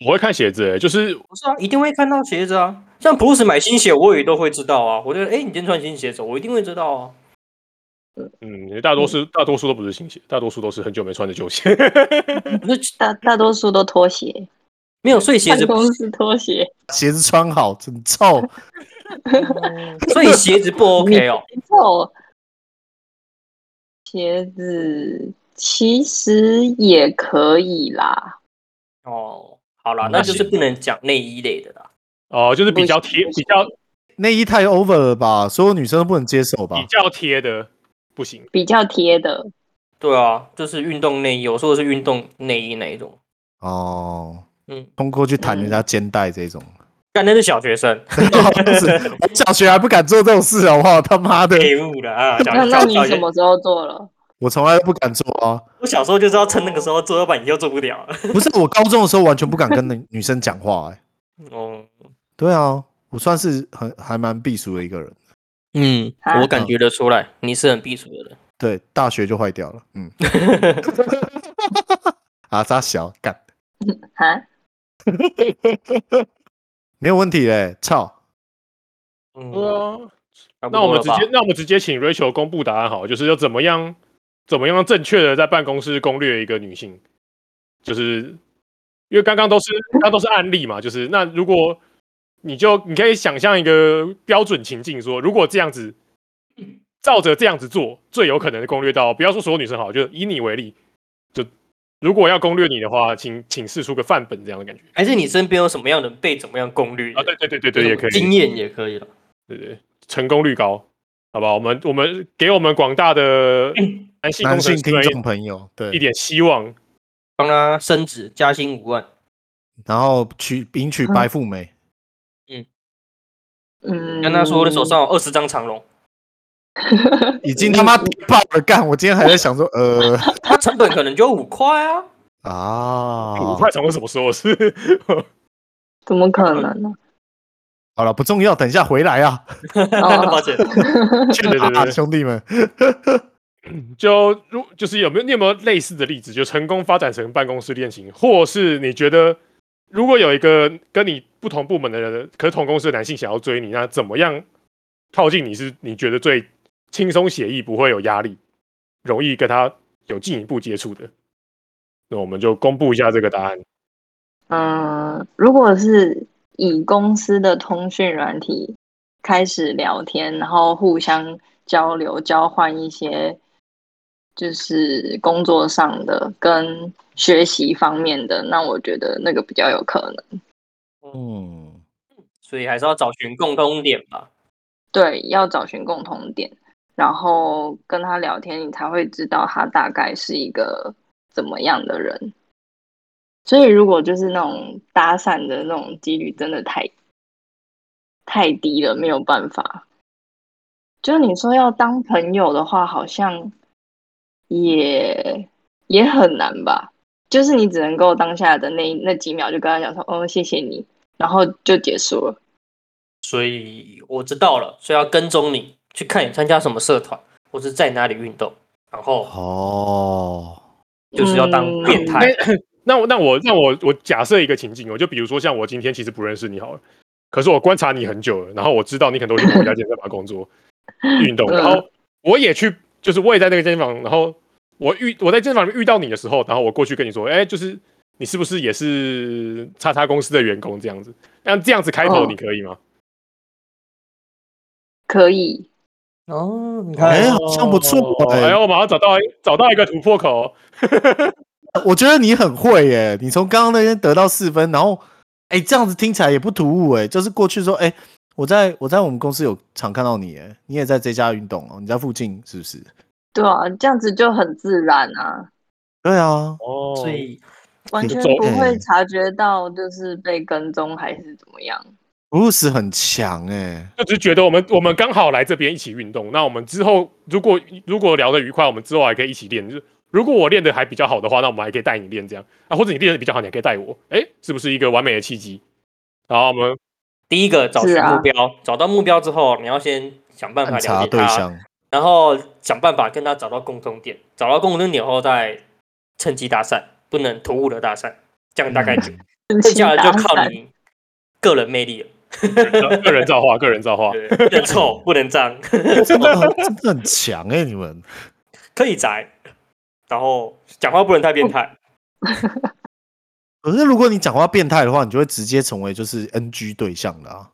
Speaker 3: 我会看鞋子、欸，就是
Speaker 2: 不是啊，一定会看到鞋子啊。像 Bruce 买新鞋，我也都会知道啊。我觉得，哎、你今天穿新鞋子，我一定会知道啊。
Speaker 3: 嗯，大多数大多数都不是新鞋，大多数都是很久没穿的旧鞋。嗯
Speaker 2: 不是
Speaker 4: 大大多数都拖鞋，
Speaker 2: 没有，所以鞋
Speaker 4: 办
Speaker 2: 子，
Speaker 4: 公室拖鞋，
Speaker 1: 鞋子穿好，真臭。
Speaker 2: 所以鞋子不 OK 哦。
Speaker 4: 没错。鞋子其实也可以啦，
Speaker 2: 哦，好啦，那就是不能讲内衣类的啦。
Speaker 3: 哦，就是比较贴
Speaker 4: 不行
Speaker 3: 比较
Speaker 1: 内衣太 over 了吧？所有女生都不能接受吧？
Speaker 3: 比较贴的不行。
Speaker 4: 比较贴的。
Speaker 2: 对啊，就是运动内衣，我说的是运动内衣那一种。
Speaker 1: 哦，
Speaker 2: 嗯，
Speaker 1: 通过去弹人家肩带这种，
Speaker 3: 嗯
Speaker 2: 但那是小学生，
Speaker 1: 不是 我小学还不敢做这种事，好不好？他妈
Speaker 3: 哎
Speaker 1: 的，
Speaker 2: 废物了 啊！小
Speaker 4: 那那
Speaker 2: 小
Speaker 4: 你
Speaker 2: 小
Speaker 4: 什
Speaker 2: 学，
Speaker 4: 么时候做了？
Speaker 1: 我从来都不敢做啊！
Speaker 2: 我小时候就知道趁那个时候做，要不然以后做不啊了了。
Speaker 1: 不是，我高中的时候完全不敢跟女女生讲话、哎，
Speaker 2: 哦，
Speaker 1: 对啊，我算是很还蛮避俗的一个人。
Speaker 2: 嗯，
Speaker 4: 啊
Speaker 2: 我感觉得出来，你是很避暑的人。
Speaker 1: 对，大学就坏掉了，嗯。啊，扎小干
Speaker 4: 哈，
Speaker 1: 没有问题嘞、操！
Speaker 2: 嗯，
Speaker 3: 啊，
Speaker 2: 差不
Speaker 3: 那我们
Speaker 2: 多了
Speaker 3: 直
Speaker 2: 吧
Speaker 3: 接，那我们直接请 Rachel 公布答案好了，就是要怎么样怎么样正确的在办公室攻略一个女性，就是因为刚刚都是刚刚都是案例嘛，就是那如果你就你可以想象一个标准情境说如果这样子照着这样子做，最有可能攻略到，不要说所有女生好，就以你为例，就如果要攻略你的话，请请试出个范本这样的感觉
Speaker 2: 还是你身边有什么样的被怎么样攻略
Speaker 3: 啊，对对对对对，
Speaker 2: 有
Speaker 3: 也
Speaker 2: 什
Speaker 3: 可
Speaker 2: 么
Speaker 3: 以，
Speaker 2: 经验也可以了。
Speaker 3: 对对，成功率高，好吧？我们我们给我们广大的男性工
Speaker 1: 男
Speaker 3: 程
Speaker 1: 性
Speaker 3: 师
Speaker 1: 听
Speaker 3: 们
Speaker 1: 众朋友，对
Speaker 3: 一，点希望。
Speaker 2: 帮他升职加薪五万，
Speaker 1: 然后取迎娶白富美，
Speaker 4: 嗯，
Speaker 2: 跟他说你手上有二十张长龙，
Speaker 1: 已
Speaker 3: 嗯
Speaker 1: 经他妈爆了干！我今天还在想说，呃
Speaker 2: 他成本可能就五块啊，
Speaker 1: 啊
Speaker 3: 五，块长为什么说我是？
Speaker 4: 怎么可能 呢？
Speaker 1: 好了，不重要，等一下回来啊，
Speaker 4: 哦
Speaker 2: 抱歉，
Speaker 3: 对对对
Speaker 1: 啊
Speaker 3: 对，
Speaker 1: 兄弟们，
Speaker 3: 就如就是有没有你有没有类似的例子，就成功发展成办公室恋情，或是你觉得如果有一个跟你不同部门的人，可是同公司的男性想要追你，那怎么样靠近你是你觉得最轻松写意，不会有压力，容易跟他有进一步接触的？那我们就公布一下这个答案。
Speaker 4: 嗯，如果是以公司的通讯软体开始聊天，然后互相交流、交换一些就是工作上的跟学习方面的，那我觉得那个比较有可能。
Speaker 1: 嗯，
Speaker 2: 所以还是要找寻共通点吧。
Speaker 4: 对，要找寻共同点，然后跟他聊天，你才会知道他大概是一个怎么样的人。所以，如果就是那种搭讪的那种几率真的太太低了，没有办法。就你说要当朋友的话，好像也也很难吧？就是你只能够当下的那那几秒就跟他讲说：“哦，谢谢你”，然后就结束了。
Speaker 2: 所以我知道了，所以要跟踪你，去看你参加什么社团，或是在哪里运动，然后
Speaker 1: 哦，
Speaker 2: 就是要当
Speaker 4: 嗯
Speaker 2: 变态。
Speaker 3: 那我那我那我我假设一个情境哦，我就比如说像我今天其实不认识你好了，可是我观察你很久了，然后我知道你很多去某一 家健身房工作、运动，
Speaker 4: 嗯
Speaker 3: 然后我也去，就是我也在那个健身房，然后我遇我在健身房里面遇到你的时候，然后我过去跟你说，哎，就是你是不是也是叉叉公司的员工这样子？那这样子开头
Speaker 4: 哦
Speaker 3: 你可以吗？
Speaker 4: 可以，
Speaker 2: 哦，你看，
Speaker 1: 哎，好像不错哎
Speaker 3: 哎，我马上找到找到一个突破口，哦
Speaker 1: 我觉得你很会耶，你从刚刚那边得到四分，然后哎、这样子听起来也不突兀哎，就是过去说哎、我在我在我们公司有常看到你哎，你也在这家运动哦，你在附近是不是？
Speaker 4: 对啊，这样子就很自然啊，
Speaker 1: 对啊，
Speaker 3: 哦，
Speaker 2: 所以
Speaker 4: 完
Speaker 1: 就
Speaker 4: 全
Speaker 3: 走
Speaker 4: 不
Speaker 1: 哎
Speaker 4: 会察觉到就是被跟踪还是怎么样。
Speaker 1: Bruce 很强哎，
Speaker 3: 就只是觉得我们我们刚好来这边一起运动，那我们之后如果如果聊得愉快，我们之后还可以一起练。就是如果我练得还比较好的话，那我们还可以带你练这样啊，或者你练得比较好，你还可以带我，哎，是不是一个完美的契机？然后我们
Speaker 2: 第一个找
Speaker 4: 是
Speaker 2: 寻
Speaker 4: 啊
Speaker 2: 目标，找到目标之后，你要先想办
Speaker 1: 探
Speaker 2: 法了
Speaker 1: 查
Speaker 2: 解
Speaker 1: 对
Speaker 2: 他，
Speaker 1: 象，
Speaker 2: 然后想办法跟他找到共同点，找到共同点后再趁机搭讪，不能突兀的搭讪，这样大
Speaker 1: 嗯
Speaker 2: 概就 剩下的就靠你个人 魅力了。
Speaker 3: 个人造化，个人造 化，
Speaker 2: 对，不能臭，不能脏，
Speaker 1: 真的很真的很强哎，你们
Speaker 2: 可以宅，然后讲话不能太变态。
Speaker 1: 可是如果你讲话变态的话，你就会直接成为就是 NG 对象了啊。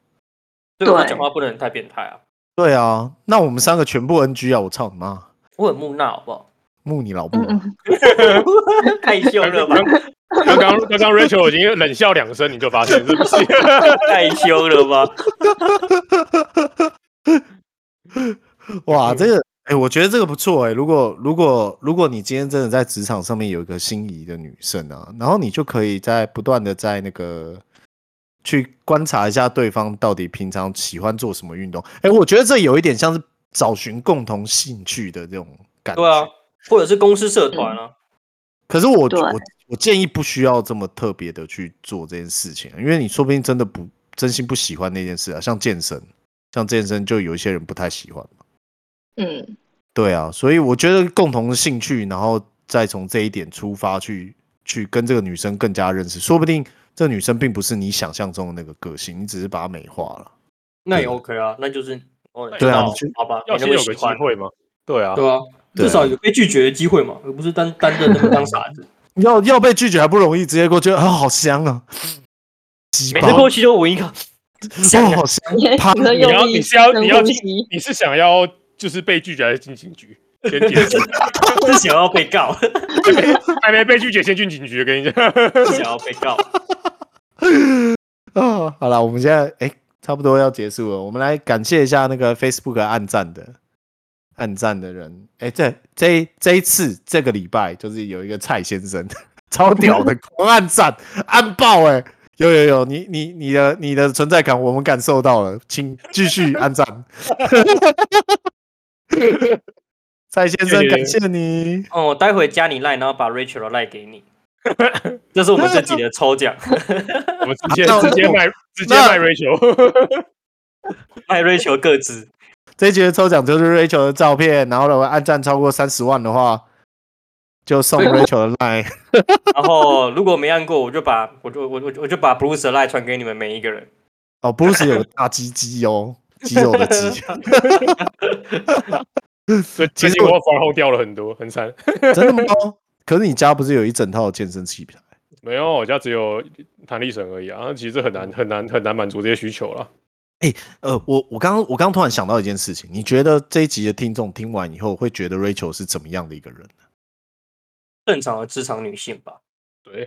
Speaker 2: 对我说
Speaker 4: 对
Speaker 2: 讲话不能太变态啊，
Speaker 1: 对啊，那我们三个全部 NG 啊！我操你妈，
Speaker 2: 我很木讷，好不 好？
Speaker 1: 木你老母！
Speaker 4: 嗯嗯，
Speaker 2: 害羞了 吧？
Speaker 3: 刚刚刚刚 Rachel 已经冷笑两声，你就发现是不是？
Speaker 2: 害羞了吧？
Speaker 1: 哇，
Speaker 3: 嗯
Speaker 1: 这个哎、我觉得这个不错哎、如果如果如果你今天真的在职场上面有一个心仪的女生啊，然后你就可以在不断的在那个去观察一下对方到底平常喜欢做什么运动。哎、我觉得这有一点像是找寻共同兴趣的这种感觉。
Speaker 2: 对啊，或者是公司社团
Speaker 3: 嗯
Speaker 2: 啊，
Speaker 1: 可是我
Speaker 4: 对
Speaker 1: 我我建议不需要这么特别的去做这件事情，啊因为你说不定真的不真心不喜欢那件事啊，像健身，像健身就有一些人不太喜欢。
Speaker 4: 嗯，
Speaker 1: 对啊，所以我觉得共同的兴趣，然后再从这一点出发去去跟这个女生更加认识，说不定这女生并不是你想象中的那个个性，你只是把她美化了。
Speaker 2: 那也 OK 啊，那就是哦，
Speaker 3: 对啊
Speaker 2: 那
Speaker 1: 你去
Speaker 2: 好吧，
Speaker 3: 要
Speaker 2: 没那
Speaker 3: 先
Speaker 2: 么
Speaker 3: 有个
Speaker 2: 喜
Speaker 3: 机
Speaker 2: 欢，
Speaker 3: 会嘛，对啊，
Speaker 2: 对啊，
Speaker 1: 对
Speaker 2: 至少有被拒绝的机会嘛，而不是单单的那么当傻子。
Speaker 1: 要要被拒绝还不容易，直接过去啊、好香啊！鸡
Speaker 2: 每
Speaker 1: 巴
Speaker 2: 次
Speaker 1: 哦，
Speaker 2: 过去都闻 一个，香啊
Speaker 1: 好香！
Speaker 4: 你
Speaker 1: 啪
Speaker 4: 你的
Speaker 3: 你要
Speaker 4: 用力
Speaker 3: 你是要
Speaker 4: 深
Speaker 3: 你要
Speaker 4: 呼
Speaker 3: 进
Speaker 4: 吸，
Speaker 3: 你是想要就是被拒绝还是进警局？先解释，
Speaker 2: 是想要被告，
Speaker 3: 还没被拒绝先进警局，我跟你讲。
Speaker 2: 是想要被告。
Speaker 1: 啊！好了，我们现在哎、差不多要结束了，我们来感谢一下那个 Facebook 暗赞的，按赞的人，哎、这这一这一次这个礼拜就是有一个蔡先生， 超屌 的，狂按赞，按爆哎、有有有，你你你的你的存在感我们感受到了，请继 续按赞。蔡先生，感谢你。
Speaker 2: 哦，我待会加你赖，然后把 Rachel 的赖给你。 这是我们这集的抽 奖，
Speaker 3: 我们直接
Speaker 1: 那
Speaker 3: 直接卖直接卖 Rachel，
Speaker 2: 爱 Rachel 各自。
Speaker 1: 这一集的抽奖就是 Rachel 的照片，然后如果按赞超过三十万的话，就 送 Rachel 的 line。
Speaker 2: 然后如果没按过，我就把我就我我我就把 Bruce 的赖传给你们每一个人。
Speaker 1: 哦，Bruce 有个大鸡鸡哦，肌肉的 鸡，
Speaker 3: 所以最近我防控掉了很多，很惨。
Speaker 1: 真的吗？可是你家不是有一整套健身器材？
Speaker 3: 没有，我家只有弹力绳而已啊，其实很难很难很难满足这些需求了。
Speaker 1: 呃，我我刚我刚突然想到一件事情，你觉得这一集的听众听完以后会觉得 Rachel 是怎么样的一个人？
Speaker 2: 正常的职场女性吧，
Speaker 3: 对，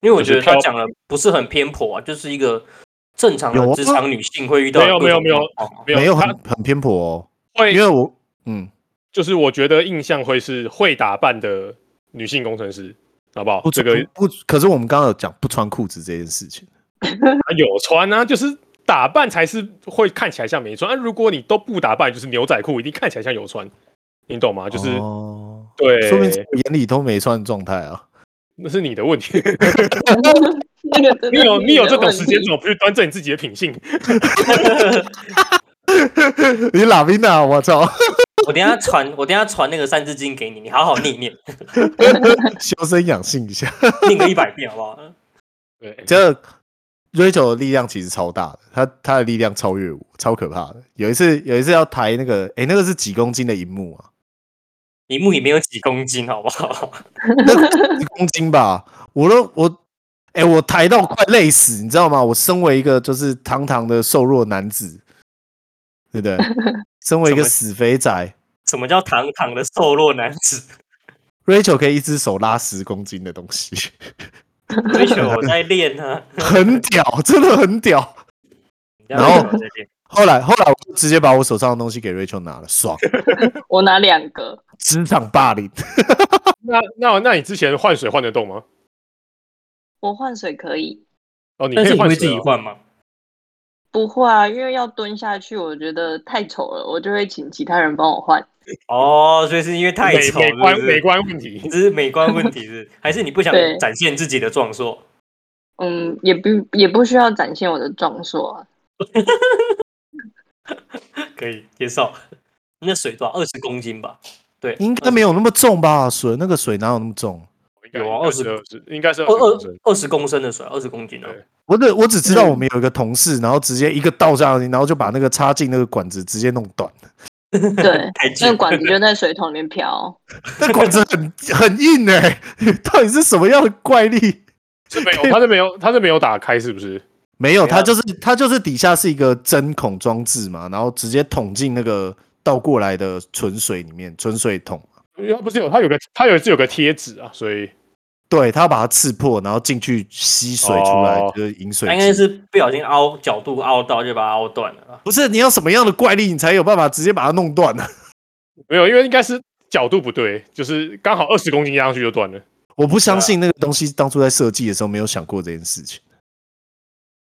Speaker 2: 因为我觉得她
Speaker 3: 就是
Speaker 2: 讲的不是很偏颇啊，就是一个正常
Speaker 1: 有
Speaker 2: 的
Speaker 1: 啊
Speaker 2: 职场女性会遇到
Speaker 3: 没有
Speaker 2: 的各种
Speaker 3: 没有
Speaker 2: 状况啊
Speaker 3: 没有
Speaker 1: 没有很
Speaker 3: 他
Speaker 1: 很偏颇哦，
Speaker 3: 会
Speaker 1: 因为我嗯，
Speaker 3: 就是我觉得印象会是会打扮的女性工程师，好不好？
Speaker 1: 不
Speaker 3: 哦这
Speaker 1: 穿
Speaker 3: 个
Speaker 1: 不，可是我们刚刚有讲不穿裤子这件事情，
Speaker 3: 啊有穿啊，就是打扮才是会看起来像没穿。啊、如果你都不打扮，就是牛仔裤，一定看起来像有穿，你懂吗？ 就是、
Speaker 1: 哦，
Speaker 3: 对，
Speaker 1: 说明是我眼里都没穿的状态啊。
Speaker 3: 那是你的问题。
Speaker 4: 那个真的
Speaker 3: 你有
Speaker 4: 是
Speaker 3: 你有
Speaker 4: 的
Speaker 3: 这种
Speaker 4: 问
Speaker 3: 时间，
Speaker 4: 题
Speaker 3: 怎么不去端正你自己的品性？
Speaker 1: 你哪边的？我操！
Speaker 2: 我等一下传我等一下传那个三字经给你，你好好念一念，
Speaker 1: 修身养性一下。
Speaker 2: 念个一百遍好不好？
Speaker 3: 对，
Speaker 1: 这 Rachel 的力量其实超大的，她她的力量超越我，超可怕的。有一次有一次要抬那个，诶，那个是几公斤的荧幕啊？
Speaker 2: 荧幕里面有几公斤好不好？
Speaker 1: 一公斤吧，我都我。诶，我抬到快累死，你知道吗？我身为一个就是堂堂的瘦弱男子，对不对？身为一个
Speaker 2: 怎么
Speaker 1: 死肥宅
Speaker 2: 什么叫堂堂的瘦弱男子？
Speaker 1: ，Rachel 可以一只手拉十公斤的东西，
Speaker 2: 而且我在练啊，
Speaker 1: 很屌，真的很屌。
Speaker 2: 你知道为
Speaker 1: 然
Speaker 2: 什么
Speaker 1: 后
Speaker 2: 我在练。啊
Speaker 1: 后来后来我就直接把我手上的东西给 Rachel 拿了，爽，
Speaker 4: 我拿两个，
Speaker 1: 职场霸凌。
Speaker 3: 那那那你之前换水换得动吗？
Speaker 4: 我换水可以，
Speaker 3: 哦，你可
Speaker 2: 但是
Speaker 3: 以
Speaker 2: 你
Speaker 3: 换
Speaker 2: 会
Speaker 3: 水
Speaker 2: 自己
Speaker 3: 哦
Speaker 2: 换吗？
Speaker 4: 不会啊，因为要蹲下去，我觉得太丑了，我就会请其他人帮我换。
Speaker 2: 哦，所以是因为太
Speaker 3: 美
Speaker 2: 丑，
Speaker 3: 美观
Speaker 2: 是不是
Speaker 3: 美观问题。
Speaker 2: 这是美观问题是不是，还是你不想
Speaker 4: 对
Speaker 2: 展现自己的壮硕？
Speaker 4: 嗯，也不也不需要展现我的壮硕啊，
Speaker 2: 可以接受。那水多少？二十公斤吧？对，
Speaker 1: 应该没有那么重吧？水那个水哪有那么重？
Speaker 3: 有
Speaker 2: 有啊20
Speaker 3: 二十，应该是
Speaker 2: 二二
Speaker 3: 二十。
Speaker 2: 二十公升的水，二十公斤啊。
Speaker 3: 啊对
Speaker 1: 我只我只知道我们有一个同事，然后直接一个倒下去，然后就把那个插进那个管子直接弄断。
Speaker 4: 对
Speaker 2: 太，
Speaker 4: 那
Speaker 2: 近
Speaker 4: 个管子就在水桶里面飘。
Speaker 1: 那管子很 很硬哎、到底是什么样的怪力？
Speaker 3: 是没有，他是没有，他是没有打开，是不是？
Speaker 1: 没有，
Speaker 2: 对啊
Speaker 1: 它就是它就是底下是一个针孔装置嘛，然后直接捅进那个倒过来的纯水里面，纯水桶。
Speaker 3: 因为他不是有，他有个，他有是有个贴纸啊，所以
Speaker 1: 对，它把它刺破，然后进去吸水出来，
Speaker 3: 哦
Speaker 1: 就是饮水
Speaker 2: 他
Speaker 1: 机。
Speaker 2: 应该是不小心凹角度凹到，就把它凹断了啊。
Speaker 1: 不是你要什么样的怪力，你才有办法直接把它弄断呢、
Speaker 3: 没有，因为应该是角度不对，就是刚好二十公斤压上去就断了。
Speaker 1: 我不相信那个东西当初在设计的时候没有想过这件事情，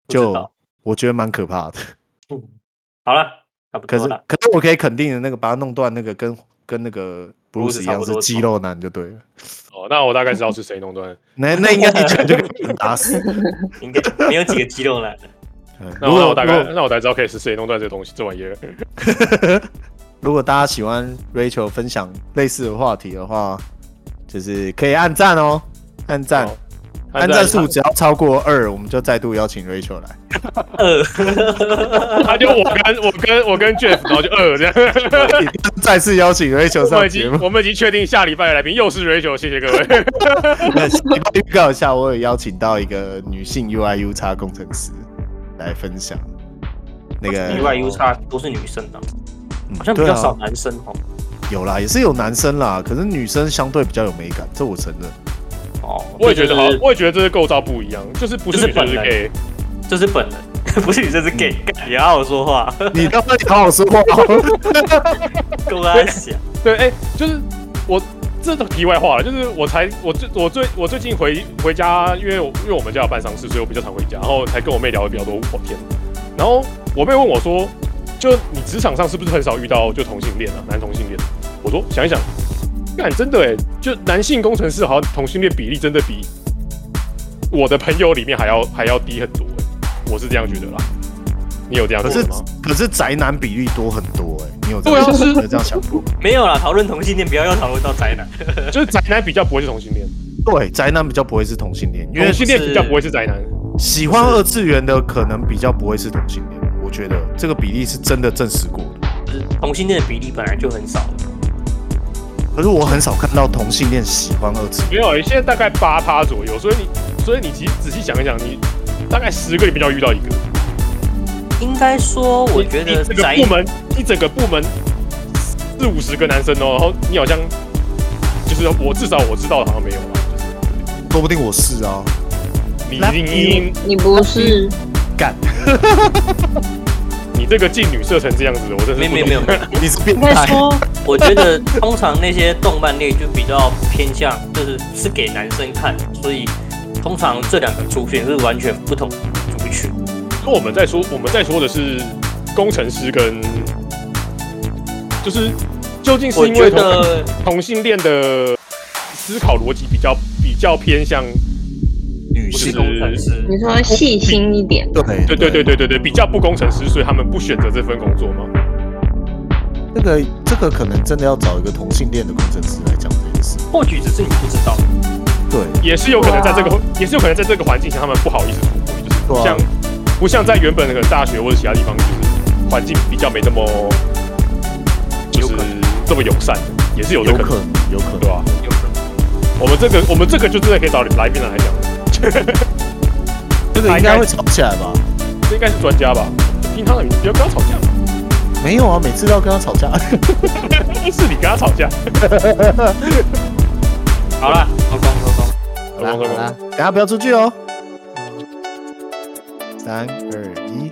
Speaker 2: 不知
Speaker 1: 就
Speaker 2: 道
Speaker 1: 我觉得蛮可怕的。
Speaker 2: 好了，差 不
Speaker 1: 可是
Speaker 2: 多了。
Speaker 1: 可是我可以肯定的，那个把它弄断那个跟跟那个布鲁
Speaker 2: Bruce
Speaker 1: 斯一
Speaker 2: 差
Speaker 1: 样
Speaker 2: 不
Speaker 1: 是
Speaker 2: 多
Speaker 1: 肌肉男就对了。
Speaker 3: 哦，那我大概知道是谁弄断了。
Speaker 1: 那那应该一拳就可以打死。
Speaker 2: 应该没有几个肌肉男。
Speaker 1: 嗯
Speaker 3: 那
Speaker 1: 如
Speaker 3: 我那
Speaker 1: 果
Speaker 3: 我大概
Speaker 1: 如果
Speaker 3: 那我大概知道可以是谁弄断这个东西这玩意儿。
Speaker 1: 如果大家喜欢 Rachel 分享类似的话题的话，就是可以按赞哦，按赞
Speaker 3: 好，
Speaker 1: 按赞数只要超过二，我们就再度邀请 Rachel 来。
Speaker 2: 呃，
Speaker 3: 他就我跟我跟我跟 Jeff，然后就二这样。
Speaker 1: 再次邀请 Rachel
Speaker 3: 我们
Speaker 1: 上
Speaker 3: 已
Speaker 1: 节
Speaker 3: 经
Speaker 1: 目。
Speaker 3: 我们已经确定下礼拜的来宾又是 Rachel，谢谢各位。
Speaker 1: 那预告一下，我有邀请到一个女性 UI U x 工程师来分享那个
Speaker 2: U I U 叉都是女生的，
Speaker 1: 嗯
Speaker 2: 好像比较少
Speaker 1: 对
Speaker 2: 男生哦。
Speaker 1: 啊有啦，也是有男生啦，可是女生相对比较有美感，这我承认。
Speaker 2: 哦，
Speaker 3: 我也觉得好
Speaker 2: 这就是，
Speaker 3: 我也觉得这个构造不一样，就是不是
Speaker 2: 就是
Speaker 3: 女生
Speaker 2: 本
Speaker 3: 就是
Speaker 2: 人
Speaker 3: gay，
Speaker 2: 这是本人，不是你这是 gay，干你要好好说话，
Speaker 1: 你他妈你好好说话，哦
Speaker 2: 跟我想。
Speaker 3: 对，哎、就是我这都题外话了，就是我才我最我最我最近回回家，因为我因为我们家有办丧事，所以我比较常回家，然后才跟我妹聊的比较多我天。然后我妹问我说，就你职场上是不是很少遇到就同性恋啊，男同性恋？我说想一想，干真的哎、就男性工程师好像同性恋比例真的比我的朋友里面还要还要低很多、欸，我是这样觉得啦。你有这样
Speaker 1: 可
Speaker 3: 觉
Speaker 1: 是
Speaker 3: 得吗？
Speaker 1: 可是宅男比例多很多哎、你有这样
Speaker 3: 对啊
Speaker 1: 想
Speaker 3: 是
Speaker 1: 你有这样想过？
Speaker 2: 没有啦，讨论同性恋不要又讨论到宅男。
Speaker 3: 就是宅男比较不会是同性恋，
Speaker 1: 对，宅男比较不会是同性恋，因为
Speaker 3: 同性恋比较不会是宅男。
Speaker 1: 喜欢二次元的可能比较不会是同性恋，我觉得这个比例是真的证实过的。
Speaker 2: 就是同性恋的比例本来就很少，
Speaker 1: 可是我很少看到同性恋喜欢二次元，
Speaker 3: 没有，现在大概八趴左右，所以你，所以你其实仔细想一想，你大概十个里面就要遇到一个。
Speaker 2: 应该说，我
Speaker 3: 你
Speaker 2: 觉
Speaker 3: 你
Speaker 2: 得
Speaker 3: 整个
Speaker 2: 宅
Speaker 3: 部门，一整个部门四五十个男生哦，然后你好像就是我至少我知道的好像没有了，
Speaker 1: 说不定我是啊。
Speaker 3: 就是你你你
Speaker 4: 你不是
Speaker 3: 你这个进女色成这样子，我真是
Speaker 2: 没有
Speaker 3: 不
Speaker 2: 没有
Speaker 3: 懂
Speaker 2: 没有，没有
Speaker 1: 你是变
Speaker 2: 应该
Speaker 1: 态，
Speaker 2: 说，我觉得通常那些动漫类就比较偏向，就是是给男生看，所以通常这两个族群是完全不同族群。
Speaker 3: 那我们在说，我们在说的是工程师跟，就是究竟是
Speaker 2: 我
Speaker 3: 因为
Speaker 2: 觉
Speaker 3: 同
Speaker 2: 得
Speaker 3: 同性恋的思考逻辑比较比较偏向
Speaker 1: 女
Speaker 2: 不是
Speaker 1: 性
Speaker 2: 工程师，
Speaker 4: 你说细心一点，
Speaker 1: 对
Speaker 3: 对对对对对对，比较不工程师，所以他们不选择这份工作吗？
Speaker 1: 这个这个可能真的要找一个同性恋的工程师来讲这件事。
Speaker 2: 或许只是你不知道。
Speaker 1: 对，
Speaker 3: 也是有可能在这个
Speaker 4: 哇，
Speaker 3: 也是有可能在这个环境下，他们不好意思出轨，就是
Speaker 1: 啊对啊
Speaker 3: 不像不像在原本那个大学或者其他地方，就是环境比较没那么就是这么友善，也是有这
Speaker 1: 有
Speaker 3: 可
Speaker 1: 可
Speaker 3: 能，
Speaker 1: 能，有可能
Speaker 3: 对。啊吧？有可能。我们这个我们这个就真的可以找来宾来讲，
Speaker 1: 这个应该会吵起来吧？
Speaker 3: 这应该是专家吧？听他的名字，不要跟他吵架，
Speaker 1: 没有啊，每次都要跟他吵架。
Speaker 3: 是你跟他吵架。
Speaker 2: 好了，收工收工。
Speaker 1: 好啦好啦，等下不要出去哦。三二一。